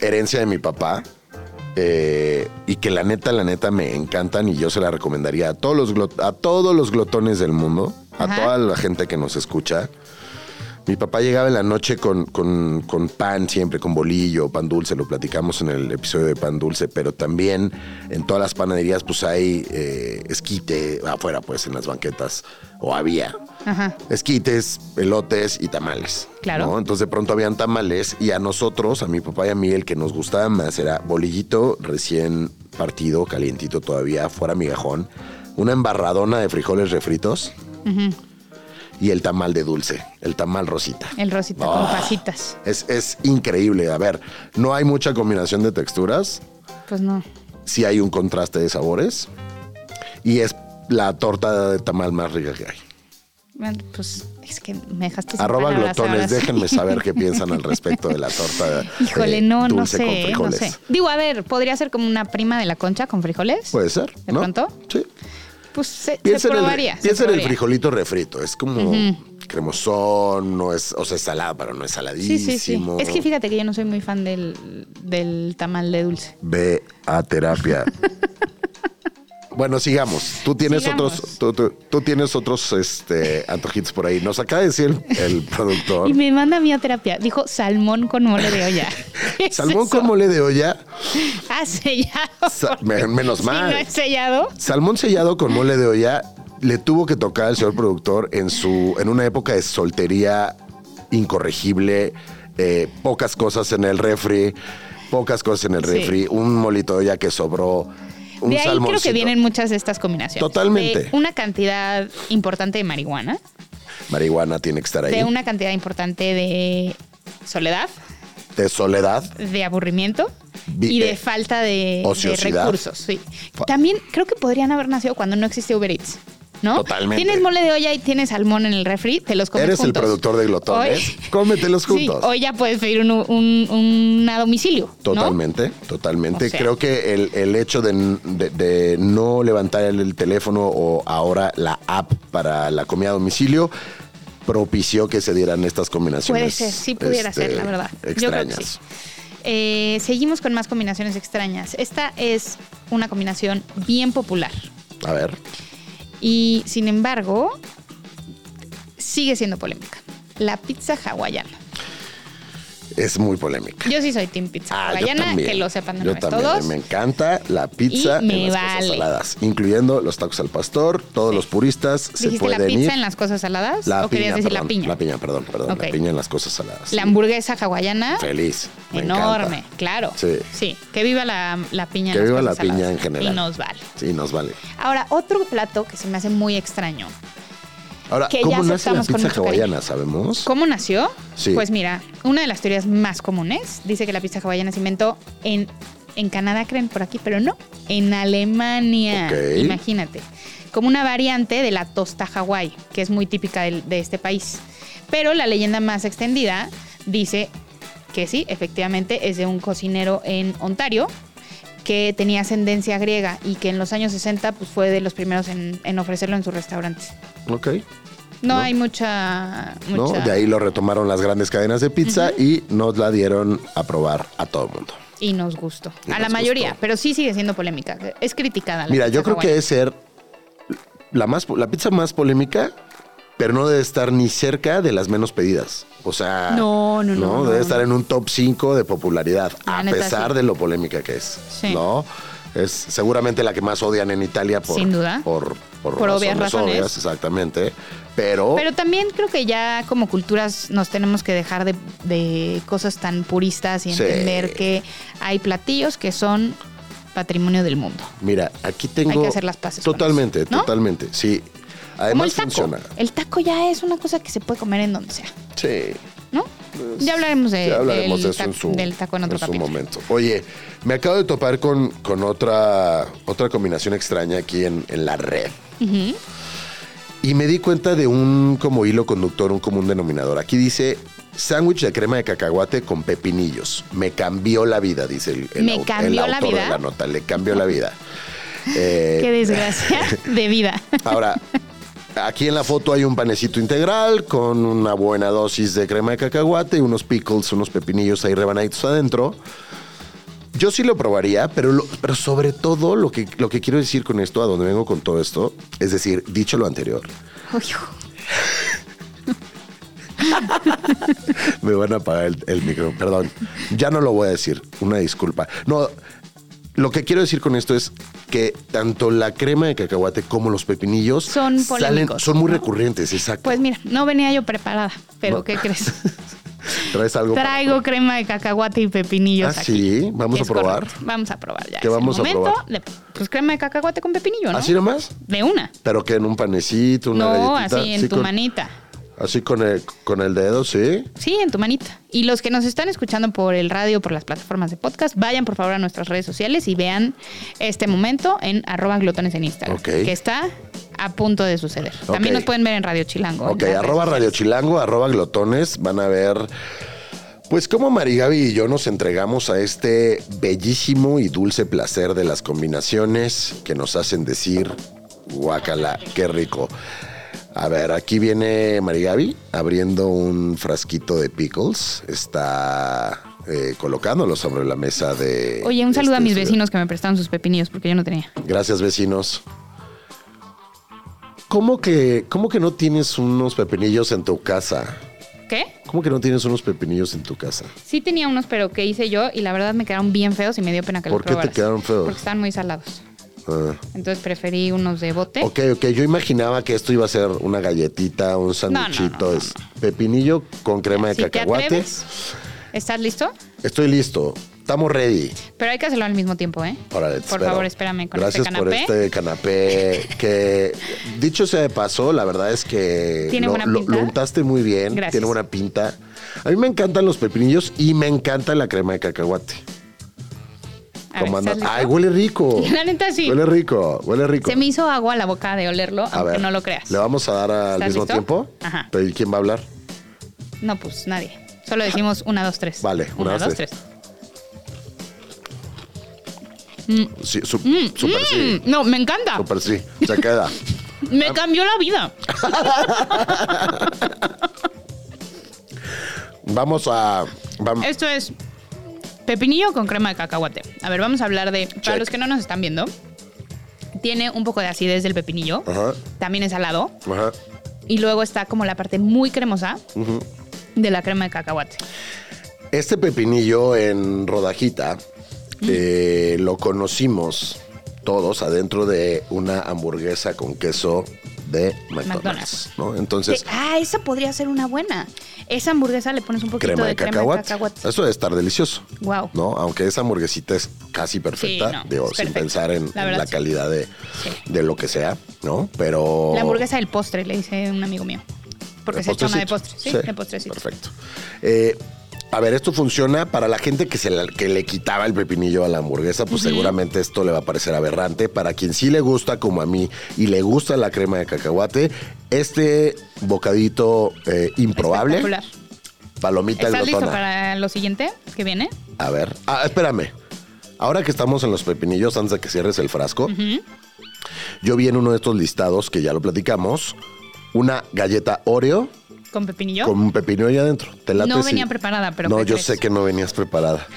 Herencia de mi papá. eh, y que la neta, la neta me encantan y yo se la recomendaría a todos los, glo- a todos los glotones del mundo, a
Ajá.
toda la gente que nos escucha. Mi papá llegaba en la noche con, con- con pan siempre, con bolillo, pan dulce, lo platicamos en el episodio de pan dulce, pero también en todas las panaderías pues hay eh, esquite afuera pues en las banquetas, o había
Ajá.
esquites, elotes y tamales.
Claro.
¿no? Entonces de pronto habían tamales y a nosotros, a mi papá y a mí, el que nos gustaba más era bolillito recién partido, calientito todavía, fuera migajón, una embarradona de frijoles refritos
Ujú.
y el tamal de dulce, el tamal rosita.
El rosita
Oh.
con pasitas.
Es, es increíble. A ver, no hay mucha combinación de texturas,
Pues no.
sí hay un contraste de sabores y es la torta de tamal más rica que hay.
Bueno, Pues es que me dejaste sin
Arroba
palabras ahora
glotones,
sí.
déjenme saber qué piensan al respecto de la torta
Híjole,
eh,
no, no
dulce con
sé, eh, no
frijoles.
sé. Digo, a ver, podría ser como una prima de la concha con frijoles.
Puede ser,
¿De
¿no?
pronto?
Sí.
Pues se, se
Pues, Piensa en el-
probaría. se
piensa en el
probaría.
frijolito refrito, es como cremosón, no es, o sea, es salado, pero no es
Sí, sí, sí.
saladísimo.
Es que fíjate que yo no soy muy fan del, del tamal de dulce.
Ve a terapia. Bueno, sigamos. Tú tienes
Sigamos.
otros, tú, tú- tú tienes otros este, antojitos por ahí. Nos acaba de decir el, el productor.
Y me manda a mí a terapia. Dijo salmón con mole de olla. ¿Qué es
Salmón
eso?
con mole de olla,
Ah, sellado.
sa-
porque
men- menos
si
mal.
no es sellado.
Salmón sellado con mole de olla le tuvo que tocar al señor productor en su en una época de soltería incorregible, eh, pocas cosas en el refri, pocas cosas en el
Sí.
refri, un molito de olla que sobró, un
de ahí creo
salmoncito.
que vienen muchas de estas combinaciones.
Totalmente.
De una cantidad importante de marihuana,
Marihuana tiene que estar ahí.
de una cantidad importante de soledad,
De soledad,
de aburrimiento,
vi-
y de
eh,
falta de, de
ociosidad.
recursos. Sí. También creo que podrían haber nacido cuando no existía Uber Eats. ¿No?
Totalmente.
Tienes mole de olla y tienes salmón en el refri, te los comes
Eres el
juntos.
productor de glotones.
Hoy-
Cómetelos
Sí,
juntos.
hoy ya puedes pedir un, un, un- a domicilio. ¿no?
Totalmente, totalmente.
O sea.
Creo que el, el hecho de, n- de- de no levantar el, el teléfono o ahora la app para la comida a domicilio propició que se dieran estas combinaciones.
Puede ser, sí pudiera
este,
ser, la verdad. Yo creo
Extrañas.
que sí. Eh, seguimos con más combinaciones extrañas. Esta es una combinación bien popular.
A ver,
Y sin embargo, sigue siendo polémica. La pizza hawaiana.
es muy polémica.
Yo sí soy team pizza
Ah, yo
hawaiana,
también.
que lo sepan de
Yo
una vez
también,
todos.
me encanta la pizza
Y me
en las
vale.
cosas saladas, incluyendo los tacos al pastor, todos los puristas se
¿Dijiste la
pueden
pizza
ir.
en las cosas saladas?
La
¿O querías
piña,
decir
perdón,
la piña?
La piña, perdón, perdón,
Ok.
la piña en las cosas saladas.
La hamburguesa hawaiana,
Feliz. me
enorme,
encanta.
claro.
Sí.
que viva la, la piña. en
Que
las
viva la
cosas saladas.
piña en general.
Y nos vale.
Sí, nos vale.
Ahora, otro plato que se me hace muy extraño.
Ahora,
Que ya
¿cómo nace la
aceptamos con
pizza
mucho
hawaiana? ¿Sabemos?
¿Cómo nació?
Sí.
Pues mira, una de las teorías más comunes dice que la pizza hawaiana se inventó en, en Canadá, creen por aquí, pero no, en Alemania.
Ok.
Imagínate. Como una variante de la tosta Hawái, que es muy típica del- de, este país. Pero la leyenda más extendida dice que sí, efectivamente es de un cocinero en Ontario que tenía ascendencia griega y que en los años 60 pues, fue de los primeros en, en ofrecerlo en sus restaurantes.
Ok.
No,
No.
hay mucha...
¿No?
mucha-
De ahí lo retomaron las grandes cadenas de pizza y nos la dieron a probar a todo el mundo.
Y nos gustó.
Y
a
nos
la mayoría,
gustó.
pero sí sigue siendo polémica. Es criticada. la
Mira, yo
pizza
creo que
hawaiana.
es ser la, más, la pizza más polémica, pero no debe estar ni cerca de las menos pedidas. O sea,
No, no, no, no,
debe
no.
estar en un top 5 de popularidad,
La
a
neta,
pesar
sí.
de lo polémica que es.
Sí.
¿No? Es seguramente la que más odian en Italia por,
Sin duda.
por, por,
Por obvias razones.
obvias, exactamente. Pero,
Pero también creo que ya como culturas nos tenemos que dejar de, de cosas tan puristas y
Sí.
entender que hay platillos que son patrimonio del mundo.
mira, aquí tengo.
que hacer las paces con
Totalmente,
eso, ¿no?
totalmente. Sí.
Como
Además
el taco.
funciona.
El taco ya es una cosa que se puede comer en donde sea,
Sí.
¿no? ya hablaremos, de,
Pues, Ya hablaremos
del,
de eso en
tac-
su,
del taco en otro
en su
capítulo.
momento. Oye, me acabo de topar con, con otra, otra combinación extraña aquí en, en la red.
Ujú.
Y me di cuenta de un como hilo conductor, un común denominador. Aquí dice sándwich de crema de cacahuate con pepinillos. Me cambió la vida, dice el, el
¿Me
au- el
cambió la
autor
vida?
de la nota. Le cambió la vida. Eh,
Qué desgracia de vida.
Ahora, aquí en la foto hay un panecito integral con una buena dosis de crema de cacahuate y unos pickles, unos pepinillos ahí rebanaditos adentro. Yo sí lo probaría, pero, lo- pero sobre todo lo que, lo que quiero decir con esto, a donde vengo con todo esto, es decir, dicho lo anterior,
Uy, ujú.
me van a apagar el, el micro, perdón, ya no lo voy a decir, una disculpa. No, lo que quiero decir con esto es que tanto la crema de cacahuate como los pepinillos
Son polémicos,
son muy
¿no?
recurrentes, exacto.
Pues mira, no venía yo preparada, pero
No.
¿qué crees?
Traes algo para-
Traigo crema de cacahuate y pepinillos
Ah,
aquí.
sí, vamos a
Es
probar.
correcto. Vamos a probar ya.
¿Qué
Es el
vamos a
momento
probar?
de- pues crema de cacahuate con pepinillo, ¿no?
¿Así nomás?
De una.
Pero que en un panecito, una
no,
galletita.
así en tu
con,
manita.
Así con el, con el dedo, sí.
Sí, en tu manita. Y los que nos están escuchando por el radio, por las plataformas de podcast, vayan por favor a nuestras redes sociales y vean este momento en arroba glotones en Instagram,
Ok.
que está a punto de suceder. También
Ok.
nos pueden ver en Radio Chilango. ¿eh? en
Ok,
las redes
arroba
sociales.
Radio Chilango, arroba Glotones. Van a ver, pues, cómo Marigaby y yo nos entregamos a este bellísimo y dulce placer de las combinaciones que nos hacen decir, guácala, qué rico. A ver, aquí viene Marigaby abriendo un frasquito de pickles. Está eh, colocándolo sobre la mesa de.
Oye, un saludo
este
a mis
estudio.
vecinos que me prestaron sus pepinillos porque yo no tenía.
Gracias, vecinos. ¿Cómo que, ¿Cómo que no tienes unos pepinillos en tu casa?
¿Qué?
¿Cómo que no tienes unos pepinillos en tu casa?
Sí tenía unos, pero que hice yo y la verdad me quedaron bien feos y me dio pena que
¿Por
los
qué te
probaras.
quedaron feos?
Porque estaban muy salados.
Ah,
Entonces preferí unos de bote.
Ok, ok, yo imaginaba que esto iba a ser una galletita, un sanduchito,
no, no,
es pepinillo con crema de
si te
cacahuate.
atreves, ¿estás listo?
Estoy listo, estamos ready.
Pero hay que hacerlo al mismo tiempo, ¿eh?
Órale, te
Por
espero.
favor, espérame con
Gracias
este canapé.
por este canapé que, dicho sea de paso, la verdad es que
Tiene
lo,
buena
lo-
pinta.
lo untaste muy bien,
Gracias.
tiene buena pinta. A mí me encantan los pepinillos y me encanta la crema de cacahuate.
A ver,
Comanda-
¿estás listo?
Ay, huele rico.
La neta sí.
Huele rico, huele rico.
Se me hizo agua la boca de olerlo,
A
aunque
ver,
no lo creas.
¿Le vamos a dar al
¿Estás
mismo
listo?
tiempo?
Ajá.
Pero ¿y quién va a hablar?
No, pues nadie. Solo decimos una, dos, tres.
Vale, una, dos, tres. Sí, su- super sí.
Mm, no, me encanta.
Super sí. Se queda.
Me cambió la vida.
Vamos a. vam-
Esto es pepinillo con crema de cacahuate. A ver, vamos a hablar de. Para los que no nos están viendo, tiene un poco de acidez del pepinillo.
Ajá.
También es salado.
Ajá.
Y luego está como la parte muy cremosa
Ujú.
de la crema de cacahuate.
Este pepinillo en rodajita eh, lo conocimos todos adentro de una hamburguesa con queso de McDonald's.
McDonald's.
¿no? Entonces,
Que- ah, esa podría ser una buena. Esa hamburguesa le pones un poquito
crema
de,
de
crema
cacahuate.
de cacahuate.
Eso debe estar delicioso.
Wow.
¿no? Aunque esa hamburguesita es casi perfecta,
Sí, no,
digo,
es
sin
perfecta.
pensar en en
La
la,
verdad, sí.
calidad de,
Sí.
de lo que sea, ¿no? Pero.
La hamburguesa del postre, le dice un amigo mío. Porque
de
se echa una Pues, de
postrecito.
postre. Sí, de postrecito.
Perfecto. Eh, a ver, esto funciona para la gente que, se la- que le quitaba el pepinillo a la hamburguesa, pues seguramente esto le va a parecer aberrante. Para quien sí le gusta, como a mí, y le gusta la crema de cacahuate, este bocadito eh, improbable,
Espectacular.
palomita
¿Estás listo
glotona.
para lo siguiente que viene?
A ver, ah, espérame. Ahora que estamos en los pepinillos, antes de que cierres el frasco, yo vi en uno de estos listados, que ya lo platicamos, una galleta Oreo
¿Con pepinillo?
con un pepino ahí adentro. ¿Te late
No
si-
venía preparada, pero
No,
¿qué
yo
crees?
sé que no venías preparada.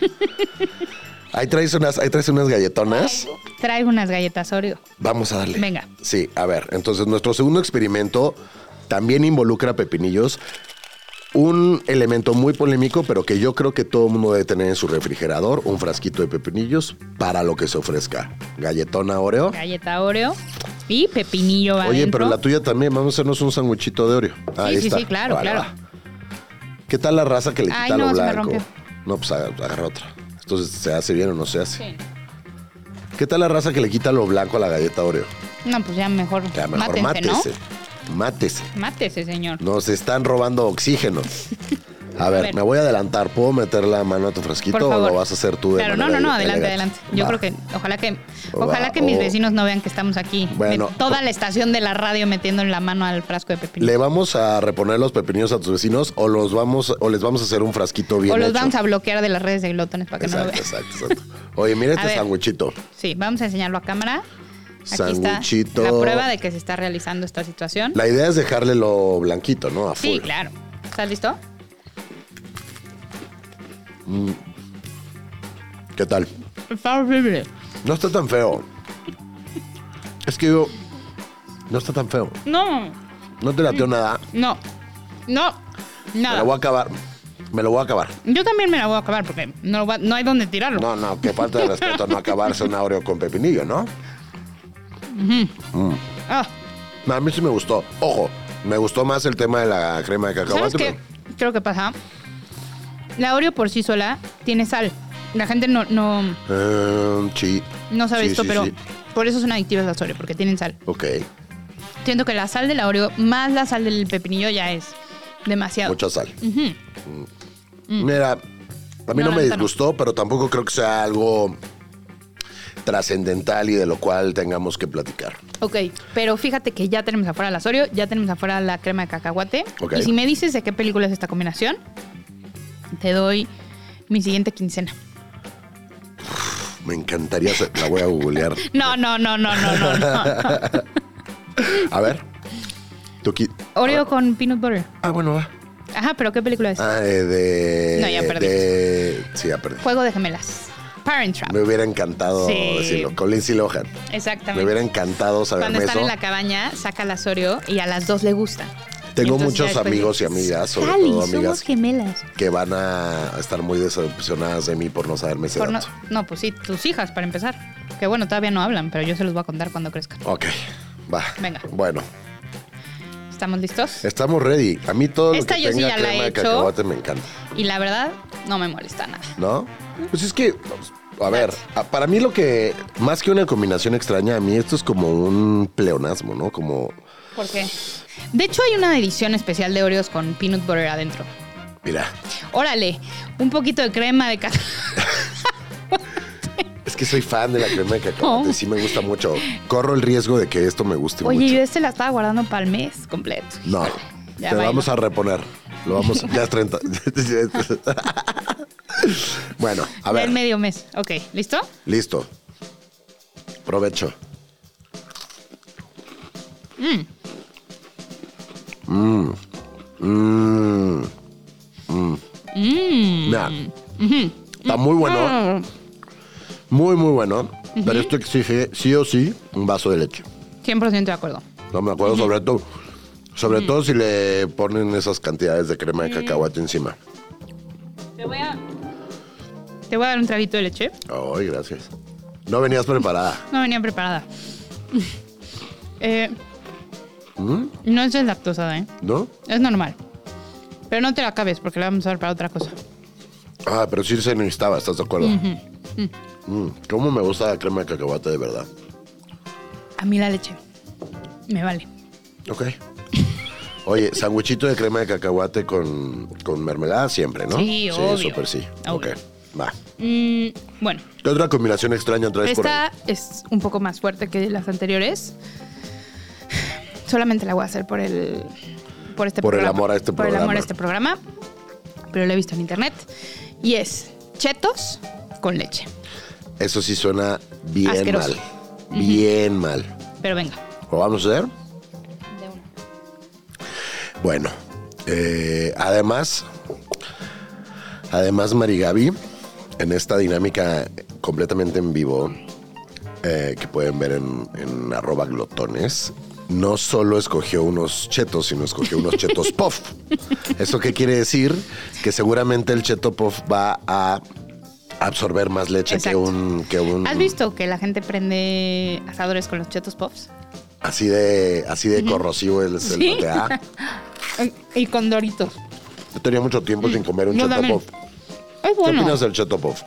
ahí, traes unas, ahí traes unas galletonas.
Traigo unas galletas Oreo.
Vamos a darle.
Venga.
Sí, a ver. Entonces, nuestro segundo experimento también involucra pepinillos. Un elemento muy polémico, pero que yo creo que todo el mundo debe tener en su refrigerador, un frasquito de pepinillos para lo que se ofrezca. Galletona Oreo.
Galleta Oreo y pepinillo
Oye, pero
adentro.
la tuya también, vamos a hacernos un sanguchito de Oreo. Ahí
Sí, sí,
está.
sí, claro,
Vale,
claro.
va. ¿Qué tal la raza que le quita
Ay, no,
lo
se me
blanco?
rompió.
No, pues aga- agarra otra. Entonces, ¿se hace bien o no se hace?
Sí.
¿Qué tal la raza que le quita lo blanco a la galleta Oreo?
No, pues ya mejor,
Ya mejor
mátense,
mátese. Mátese.
¿no? Mátese, señor.
Nos están robando oxígeno. A ver,
ver.
me voy a adelantar. ¿Puedo meter la mano a tu frasquito
Por favor.
o lo vas a hacer tú de
Claro, no, no,
manera
no,
ele-
adelante,
elegante?
adelante. Yo
Va.
creo que, ojalá que,
Va,
ojalá que mis
o-
vecinos no vean que estamos aquí.
Bueno.
Me- toda la estación de la radio metiendo la mano al frasco de pepinillo.
¿Le vamos a reponer los pepinillos a tus vecinos o, los vamos, o les vamos a hacer un frasquito bien
o los
hecho?
vamos a bloquear de las redes de glotones para que
exacto,
no lo vean.
exacto, exacto. Oye, mira
A
este
ver.
sanguchito.
Sí, vamos a enseñarlo a cámara. Aquí está
Sanguchito.
la prueba de que se está realizando esta situación.
La idea es dejarle lo blanquito, ¿no? A
Sí,
full.
claro. ¿Estás listo?
¿Qué tal?
Está horrible.
No está tan feo. Es que yo... No está tan feo.
No,
No te lateo nada.
no, no,
Me
Mm. nada.
lo voy a acabar. Me lo voy a acabar.
Yo también me la voy a acabar porque no, lo va- no hay dónde tirarlo.
No, no, qué falta de respeto no acabarse un Oreo con pepinillo, ¿no?
Ah,
No, A mí sí me gustó. Ojo, me gustó más el tema de la crema de
¿Sabes
cacahuate.
qué? Creo que pasa. La Oreo por sí sola tiene sal. La gente no, no,
pero- Eh, sí.
no sabe
Sí,
esto,
sí,
pero
sí.
por eso son adictivas las Oreo, porque tienen sal.
Ok,
Siento que la sal de la Oreo más la sal del pepinillo ya es demasiado.
mucha sal.
Mm.
Mira, a mí
No,
no,
la
me
neta no.
disgustó, pero tampoco creo que sea algo trascendental y de lo cual tengamos que platicar.
Ok, pero fíjate que ya tenemos afuera las Oreo, ya tenemos afuera la crema de cacahuate.
Ok.
Y si me dices de qué película es esta combinación, te doy mi siguiente quincena.
Me encantaría, hacer- la voy a googlear.
No, no, no, no, no, no. no.
A ver, tú qui-
Oreo con peanut butter.
Ah, bueno, va.
Ajá, pero ¿qué película es?
Ah, eh, de...
No, ya perdí.
de- sí, ya perdí.
Juego de gemelas. Parent Trap.
Me hubiera encantado
Sí.
decirlo. Con Lindsay Lohan. Me
Exactamente.
hubiera encantado
Cuando
saberme
están
eso.
en la cabaña, saca las Oreo y a las dos le gustan.
Tengo
Entonces, ya
muchos
después
amigos y
dices,
amigas, sobre
"Sally,
todo
somos
amigas,
gemelas.
que van a estar muy decepcionadas de mí por no saberme ese
Por no,
dato.
no, pues sí, tus hijas, para empezar. Que bueno, todavía no hablan, pero yo se los voy a contar cuando crezcan.
Ok, va.
Venga.
Bueno,
¿Estamos listos?
estamos ready. A mí todo
Esta
lo
yo
que
sí
tenga
ya la
crema
he
de
hecho.
cacahuate me encanta,
Y la verdad, no me molesta nada.
¿no? Pues es que, a ver, a- para mí lo que, más que una combinación extraña, a mí esto es como un pleonasmo, ¿no? Como
¿Por qué? De hecho, hay una edición especial de Oreos con peanut butter adentro.
Mira,
Órale, un poquito de crema de cacahuate.
es que soy fan de la crema de cacahuate,
No.
sí me gusta mucho. Corro el riesgo de que esto me guste
Oh. Oye,
mucho.
yo este la estaba guardando para el mes completo.
No,
Ya
te
bailo.
vamos a reponer. Lo vamos, ya es 30. bueno, a
Ya el
ver,
medio mes. Ok, ¿listo?
listo. Provecho. Mm. Mm.
Mm.
Mira, está muy bueno,
Mm.
muy, muy bueno. Pero esto exige sí o sí un vaso de leche.
100% de acuerdo.
No me acuerdo, sobre todo. Sobre todo si le ponen esas cantidades de crema de cacahuate encima.
Te voy a. Te voy a dar un traguito de leche.
Ay, gracias. No venías preparada.
No venía preparada. Eh,
¿Mm?
No es deslactosada, ¿eh?
¿No?
Es normal. Pero no te la acabes porque la vamos a dar para otra cosa.
Ah, pero sí se necesitaba, ¿estás de acuerdo? Mm, ¿Cómo me gusta la crema de cacahuate de verdad?
A mí la leche. Me vale.
Ok. Oye, sándwichito de crema de cacahuate con, con mermelada siempre, ¿no?
Sí, obvio.
Sí, súper sí.
Obvio.
Ok, va.
Mm, bueno,
¿Qué otra combinación extraña traes por ahí?
esta es un poco más fuerte que las anteriores. Solamente la voy a hacer por el. Por este
Por el
programa.
amor a este
Por el amor
programa.
a este programa. Pero lo he visto en internet. Y es chetos con leche.
Eso sí suena bien
Asqueroso.
mal. Bien mal.
Pero venga.
¿Lo vamos a hacer?
De una.
Bueno, eh, además, además Marigaby, en esta dinámica completamente en vivo, eh, que pueden ver en, en arroba glotones, no solo escogió unos chetos, sino escogió unos chetos puff. ¿Eso qué quiere decir? Que seguramente el cheto puff va a absorber más leche que
Exacto.
un, que un...
¿Has visto que la gente prende asadores con los chetos pops?
Así de, así de corrosivo el, el
Sí.
que- ah,
Y con doritos.
Yo tenía mucho tiempo sin comer un
Yo
cheto
también.
puff.
Es
¿Qué
bueno.
opinas del cheto puff?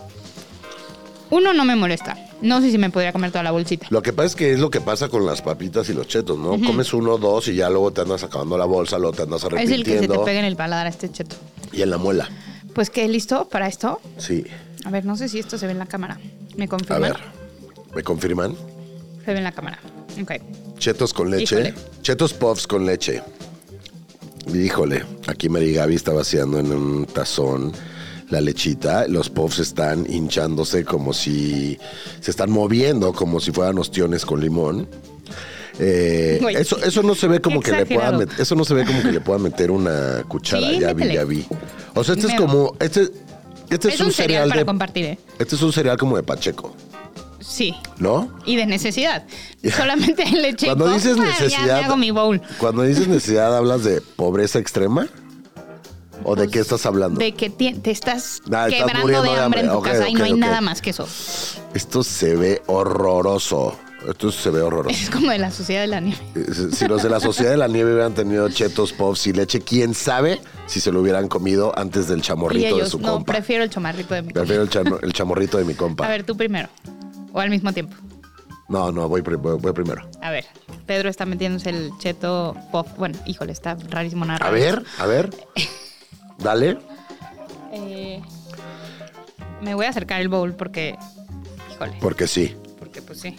Uno no me molesta. No sé si me podría comer toda la bolsita.
Lo que pasa es que es lo que pasa con las papitas y los chetos, ¿no? Comes uno, dos y ya luego te andas acabando la bolsa, luego te andas
Es el que se te
arrepintiendo.
pega en el paladar a este cheto.
y en la muela.
Pues qué, listo para esto.
Sí.
A ver, no sé si esto se ve en la cámara. ¿Me
A
confirman?
ver, ¿me confirman?
Se ve en la cámara. Ok.
Chetos con leche.
Híjole.
Chetos puffs con leche. Híjole, aquí Mary Gaby está vaciando en un tazón la lechita. Los puffs están hinchándose como si se están moviendo, como si fueran ostiones con limón. Eh,
Güey.
eso, eso no se ve como
Qué
que le pueda
exagerado.
met- eso no se ve como que le pueda meter una cuchara.
Sí,
ya vi,
métele.
ya vi. O sea, este es
Mero.
como. Este, este es,
es un cereal para
de-
compartir, ¿eh?
Este es un cereal como de Pacheco,
Sí.
¿no?
Y de necesidad. Solamente leche. y
Cuando
pop. Ah,
dices
ya
necesidad,
me hago mi bowl.
Cuando dices necesidad, ¿hablas de pobreza extrema? ¿O de qué estás hablando?
Pues, De que ti- te estás
Ah, estás
quebrando de
muriendo
hambre,
de hambre.
en tu
Ok,
casa y
ok,
no hay
ok.
nada más que eso.
Esto se ve horroroso. Esto se ve horroroso.
Es como de la sociedad de la nieve.
Eh, Si los de la Sociedad de la Nieve hubieran tenido chetos, pops y leche, quién sabe si se lo hubieran comido antes del
Y
chamorrito de
ellos,
su
no,
compa.
prefiero el chomarrito de mi
Prefiero el, chamo- el chamorrito de mi
A
compa.
ver, tú primero. O al mismo tiempo.
No, no, voy, pri- voy- voy primero.
A ver, Pedro está metiéndose el cheto pop. Bueno, híjole, está rarísimo nada.
A ver, a ver. Dale.
Eh, me voy a acercar el bowl porque. Híjole,
Porque sí.
porque pues sí.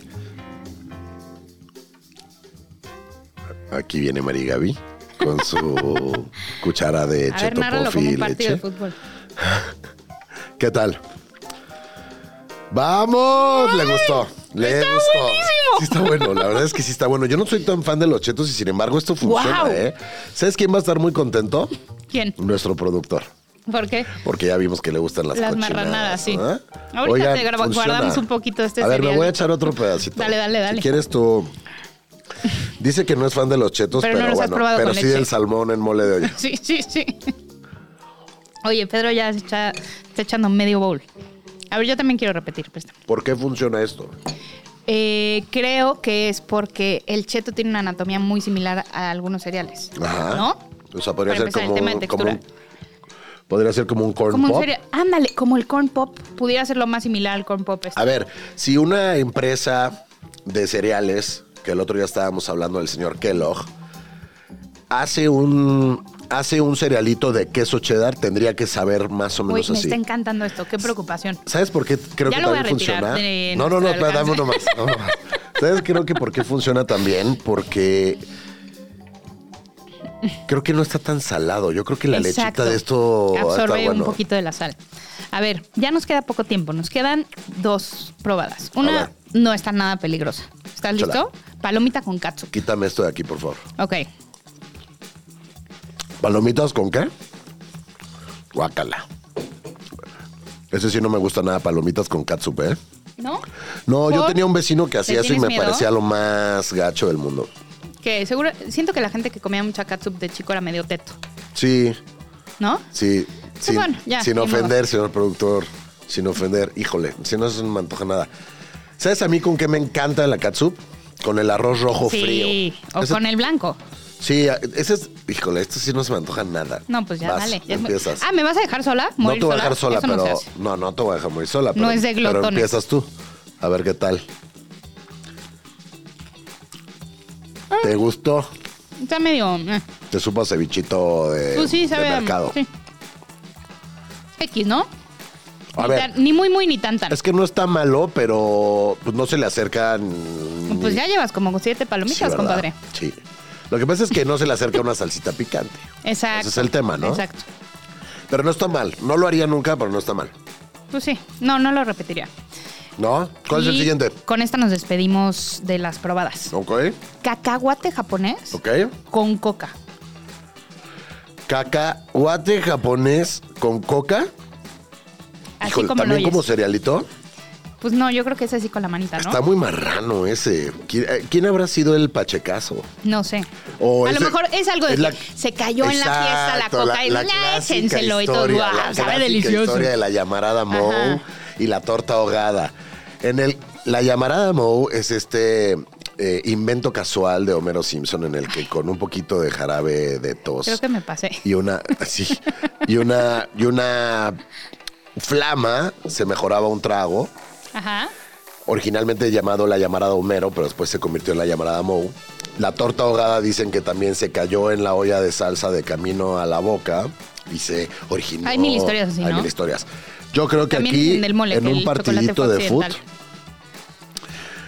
Aquí viene Mari Gaby con su cuchara de
A ver,
cheto,
nárralo
puff
como
y
un partido
leche.
de fútbol.
¿Qué tal? ¡Vamos! Le gustó. Le gustó. Sí está bueno, la verdad es que sí está bueno. Yo no soy tan fan de los chetos y sin embargo esto funciona,
¡Guau!
¿eh? ¿Sabes quién va a estar muy contento?
¿Quién?
Nuestro productor.
¿Por qué?
Porque ya vimos que le gustan las,
Las
cochinadas,
marranadas, sí.
¿no? ¿Eh?
Ahorita
Oigan,
te grabo-
funciona.
guardamos un poquito de este
A ver, me
cereal.
voy a echar otro pedacito.
Dale, dale, dale.
Si quieres tú... Dice que no es fan de los chetos,
Pero
pero,
no los has
bueno,
probado
pero
con
sí
leche.
del salmón en mole de olla.
Sí, sí, sí. Oye, Pedro ya se echa- está echando medio bowl. A ver, yo también quiero repetir, préstame.
¿Por qué funciona esto?
Eh, creo que es porque el cheto tiene una anatomía muy similar a algunos cereales.
Ajá.
¿No?
O sea, podría
Para
ser
empezar, el
como,
tema de
un-
textura.
como un- podría ser como un corn
Como un
pop.
cereal. Ándale, como el corn pop. Pudiera ser lo más similar al corn pop. este.
A ver, si una empresa de cereales, que el otro día estábamos hablando del señor Kellogg, hace un hace un cerealito de queso cheddar, tendría que saber más o
Uy,
menos
me
así.
está encantando esto. Qué preocupación.
¿Sabes por qué creo
Ya
que
lo voy
también
a retirar
funciona?
de
No, no, no,
nuestro
espera, dame
alcance.
uno más. dame uno más. ¿Sabes? Creo que por qué funciona también, porque creo que no está tan salado. Yo creo que la
Exacto.
lechita de esto está
absorbe
bueno.
un poquito de la sal. A ver, ya nos queda poco tiempo. Nos quedan dos probadas.
A
Una
ver.
no está nada peligrosa. ¿Estás
Échala.
listo? Palomita con katsu.
Quítame esto de aquí, por favor.
Ok.
¿Palomitas con qué? Guácala. Ese sí no me gusta nada, palomitas con catsup, ¿eh?
¿No?
No, yo
¿Por?
tenía un vecino que hacía
¿Le
eso y
tienes
me
miedo?
parecía lo más gacho del mundo.
Que seguro, siento que la gente que comía mucha katsu de chico era medio teto,
Sí,
¿no?
sí.
Pues
Sin,
bueno, ya,
sin
ni
ofender, señor productor. Sin ofender. Híjole, si no se me antoja nada. ¿Sabes a mí con qué me encanta la catsup? Con el arroz rojo
sí,
frío.
o
Ese-
con el blanco.
Sí, ese es. Híjole, esto sí no se me antoja nada.
No, pues ya,
Vas,
dale. ya es muy-
empiezas.
Ah, ¿me vas a dejar sola?
No
¿Morir
te voy a dejar sola,
Eso
pero.
no se
No,
hace.
no, te voy a dejar morir sola. pero-
es de
Pero
glotones.
empiezas tú. A ver qué tal.
Ah.
¿Te gustó?
Está medio... eh.
Te supo a cevichito de,
Pues sí,
de
sabe a-
mercado.
sí. X, ¿no?
A
Ni
ver,
tan- ni muy, muy, ni tan, tan.
es que no está malo, pero pues, no se le acercan.
Pues ya llevas como siete
Sí,
palomitas,
¿verdad?
compadre.
Sí. Lo que pasa es que no se le acerca una salsita picante.
Exacto.
Ese es el tema, ¿no?
Exacto.
Pero no está mal. No lo haría nunca, pero no está mal.
Pues sí. No, no lo repetiría.
¿No? ¿Cuál es el
Y
siguiente?
Con esta nos despedimos de las probadas.
Ok.
Cacahuate japonés
Ok.
con coca.
Cacahuate japonés con coca.
Así
Híjole,
como lo
también
oyes.
como cerealito.
Pues no, yo creo que es así con la manita, ¿no?
Está muy marrano ese. ¿Qui- eh, ¿Quién habrá sido el pachecazo?
No sé.
O
a
ese-
lo mejor es algo de
es
que
la-
se cayó en la fiesta la
Exacto,
coca y
la
"Ya,
clásica
échenselo y todo.
historia,
"Guau,
la
sabe
clásica
delicioso.
historia de la llamarada Mou
Ajá.
y la torta ahogada. En el, la llamarada Mou es este eh, invento casual de Homero Simpson en el que con un poquito de jarabe de tos
Creo que me pasé.
y una así y una y una flama se mejoraba un trago
Ajá.
originalmente llamado la llamarada Homero, pero después se convirtió en la llamarada Mou. La torta ahogada dicen que también se cayó en la olla de salsa de camino a la boca y se originó.
Hay mil historias así,
Hay
¿no?
mil historias. Yo creo que
También
aquí,
dicen del mole,
en
que
un
el chocolate
partidito
fue
de foot,
accidental.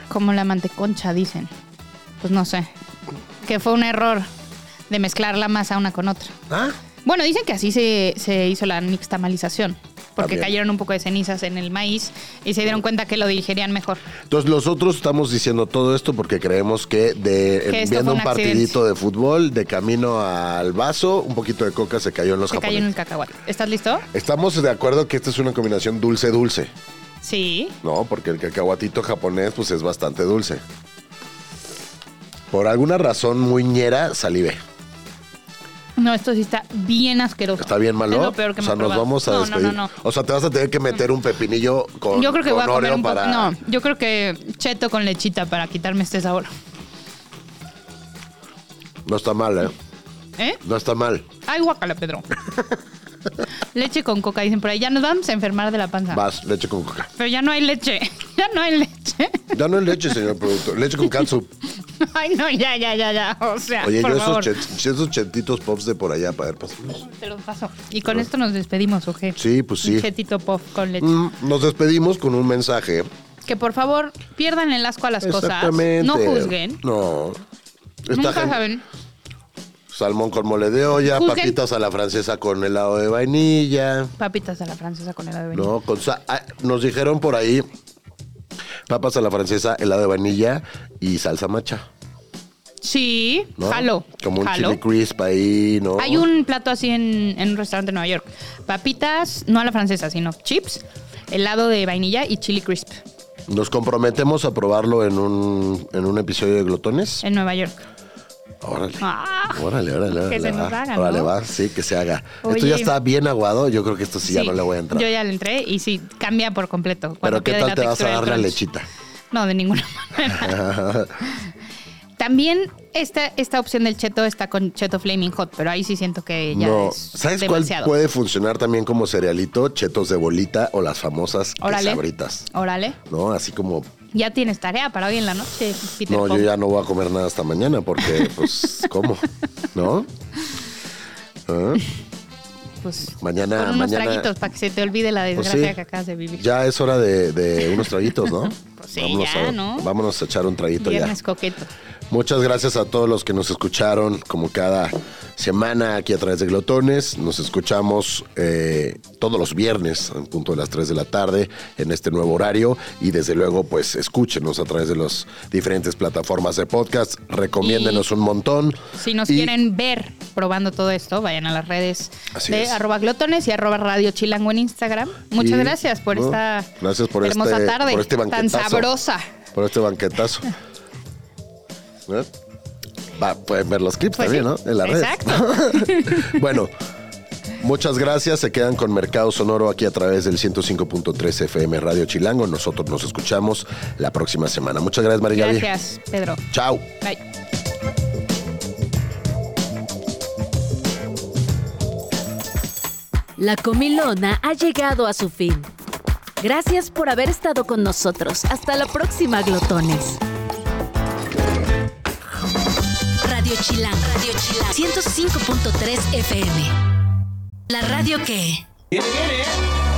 Como la manteconcha, dicen. Pues no sé. Que fue un error de mezclar la masa una con otra.
¿Ah?
Bueno, dicen que así se, se hizo la nixtamalización. Porque
También.
cayeron un poco de cenizas en el maíz y se dieron cuenta que lo digerían mejor.
Entonces nosotros estamos diciendo todo esto porque creemos que de
Que esto fue
viendo un,
un
partidito de fútbol, de camino al vaso, un poquito de coca se cayó en los
Se cayó en el
japoneses.
cacahuate. ¿Estás listo?
Estamos de acuerdo que esta es una combinación dulce-dulce,
Sí.
No, porque el cacahuatito japonés pues es bastante dulce. Por alguna razón muy ñera, salive.
No, esto sí está bien asqueroso.
Está bien malo.
Es lo peor que
o
me
sea,
he
nos
probado.
vamos a
no,
despedir.
No, no,
O sea, te vas a tener que meter un pepinillo con
no. Yo creo que
con
voy a comer
Oreo
un poco.
para-
No, yo creo que cheto con lechita para quitarme este sabor.
No está mal, ¿eh?
¿Eh?
No está mal.
Ay, guacala, Pedro. leche con coca, dicen por ahí. Ya nos vamos a enfermar de la panza.
Vas, leche con coca.
Pero ya no hay leche. Ya no hay leche.
Ya no es leche, señor productor. Leche con katsu.
Ay, no, ya, ya, ya, ya. O sea,
Oye,
por
yo esos,
favor.
chet- esos chetitos pops de por allá, para ver, pues, pásamelos.
Te los paso. Y con esto nos despedimos, ¿o qué?
Sí, pues sí.
Un chetito pop con leche.
Mm, Nos despedimos con un mensaje.
Que por favor pierdan el asco a las cosas.
Exactamente.
No juzguen.
No. Esta
Nunca
gente-
saben.
Salmón con mole de olla,
Juzguen.
papitas a la francesa con helado de vainilla,
Papitas a la francesa con helado de vainilla.
¿no? Con sa- ah, nos dijeron por ahí papas a la francesa, helado de vainilla y salsa macha,
Sí,
¿no?
jalo.
Como un
jalo.
chili crisp ahí, ¿no?
Hay un plato así en, en un restaurante de Nueva York. Papitas, no a la francesa, sino chips, helado de vainilla y chili crisp
Nos comprometemos a probarlo en un, en un episodio de Glotones.
en Nueva York.
Órale.
Ah.
Órale, órale, órale.
Que se
va.
nos haga, ¿no?
Órale, va, sí, que se haga. Esto
Oye.
ya está bien aguado, yo creo que esto sí, ya
Sí,
no le voy a entrar.
Yo ya le entré y sí, cambia por completo. cuando
Pero ¿qué
pierde
tal
la
te vas a
textura
dar
del
la
crunch.
lechita?
No, de ninguna manera. También esta, esta opción del cheto está con cheto flaming hot, pero ahí sí siento que ya
no,
es
¿sabes
demasiado.
cuál puede funcionar también como cerealito? Chetos de bolita o las famosas
Órale.
sabritas.
Órale,
¿No? Así como,
ya tienes tarea para hoy en la noche, Peter
no, yo
Pan.
ya no voy a comer nada hasta mañana porque, pues, ¿cómo? ¿No? ¿Ah?
Pues
Mañana,
con unos
mañana-
traguitos para que se te olvide la
Pues
desgracia
sí.
que acabas de vivir.
Ya es hora de, de unos traguitos, ¿no?
Pues sí, ya,
a,
¿no?
Vámonos a echar un traguito ya.
Viernes coqueto.
Muchas gracias a todos los que nos escucharon como cada semana aquí a través de Glotones. Nos escuchamos eh, todos los viernes en punto de las 3 de la tarde en este nuevo horario y desde luego pues escúchenos a través de las diferentes plataformas de podcast. Recomiéndenos
Y-
un montón.
Si nos
Y-
quieren ver probando todo esto, vayan a las redes
Así
de
es.
arroba glotones y arroba radio chilango en Instagram. Muchas
y,
gracias por
¿no?
esta
Gracias por
hermosa
este-
tarde
por este
tan
banquetazo.
sabrosa.
por este banquetazo. ¿Eh? Va, pueden ver los clips
Pues
también,
sí,
¿no? En las redes.
exacto.
bueno, muchas gracias. Se quedan con Mercado Sonoro aquí a través del 105.3 FM Radio Chilango. Nosotros nos escuchamos la próxima semana. Muchas gracias, María Gaby.
Gracias, Pedro.
Chao.
Bye.
La comilona ha llegado a su fin. Gracias por haber estado con nosotros. Hasta la próxima, glotones.
Radio Chilán. Radio Chilán. 105.3 FM. La radio que...
Viene, viene, ¿eh?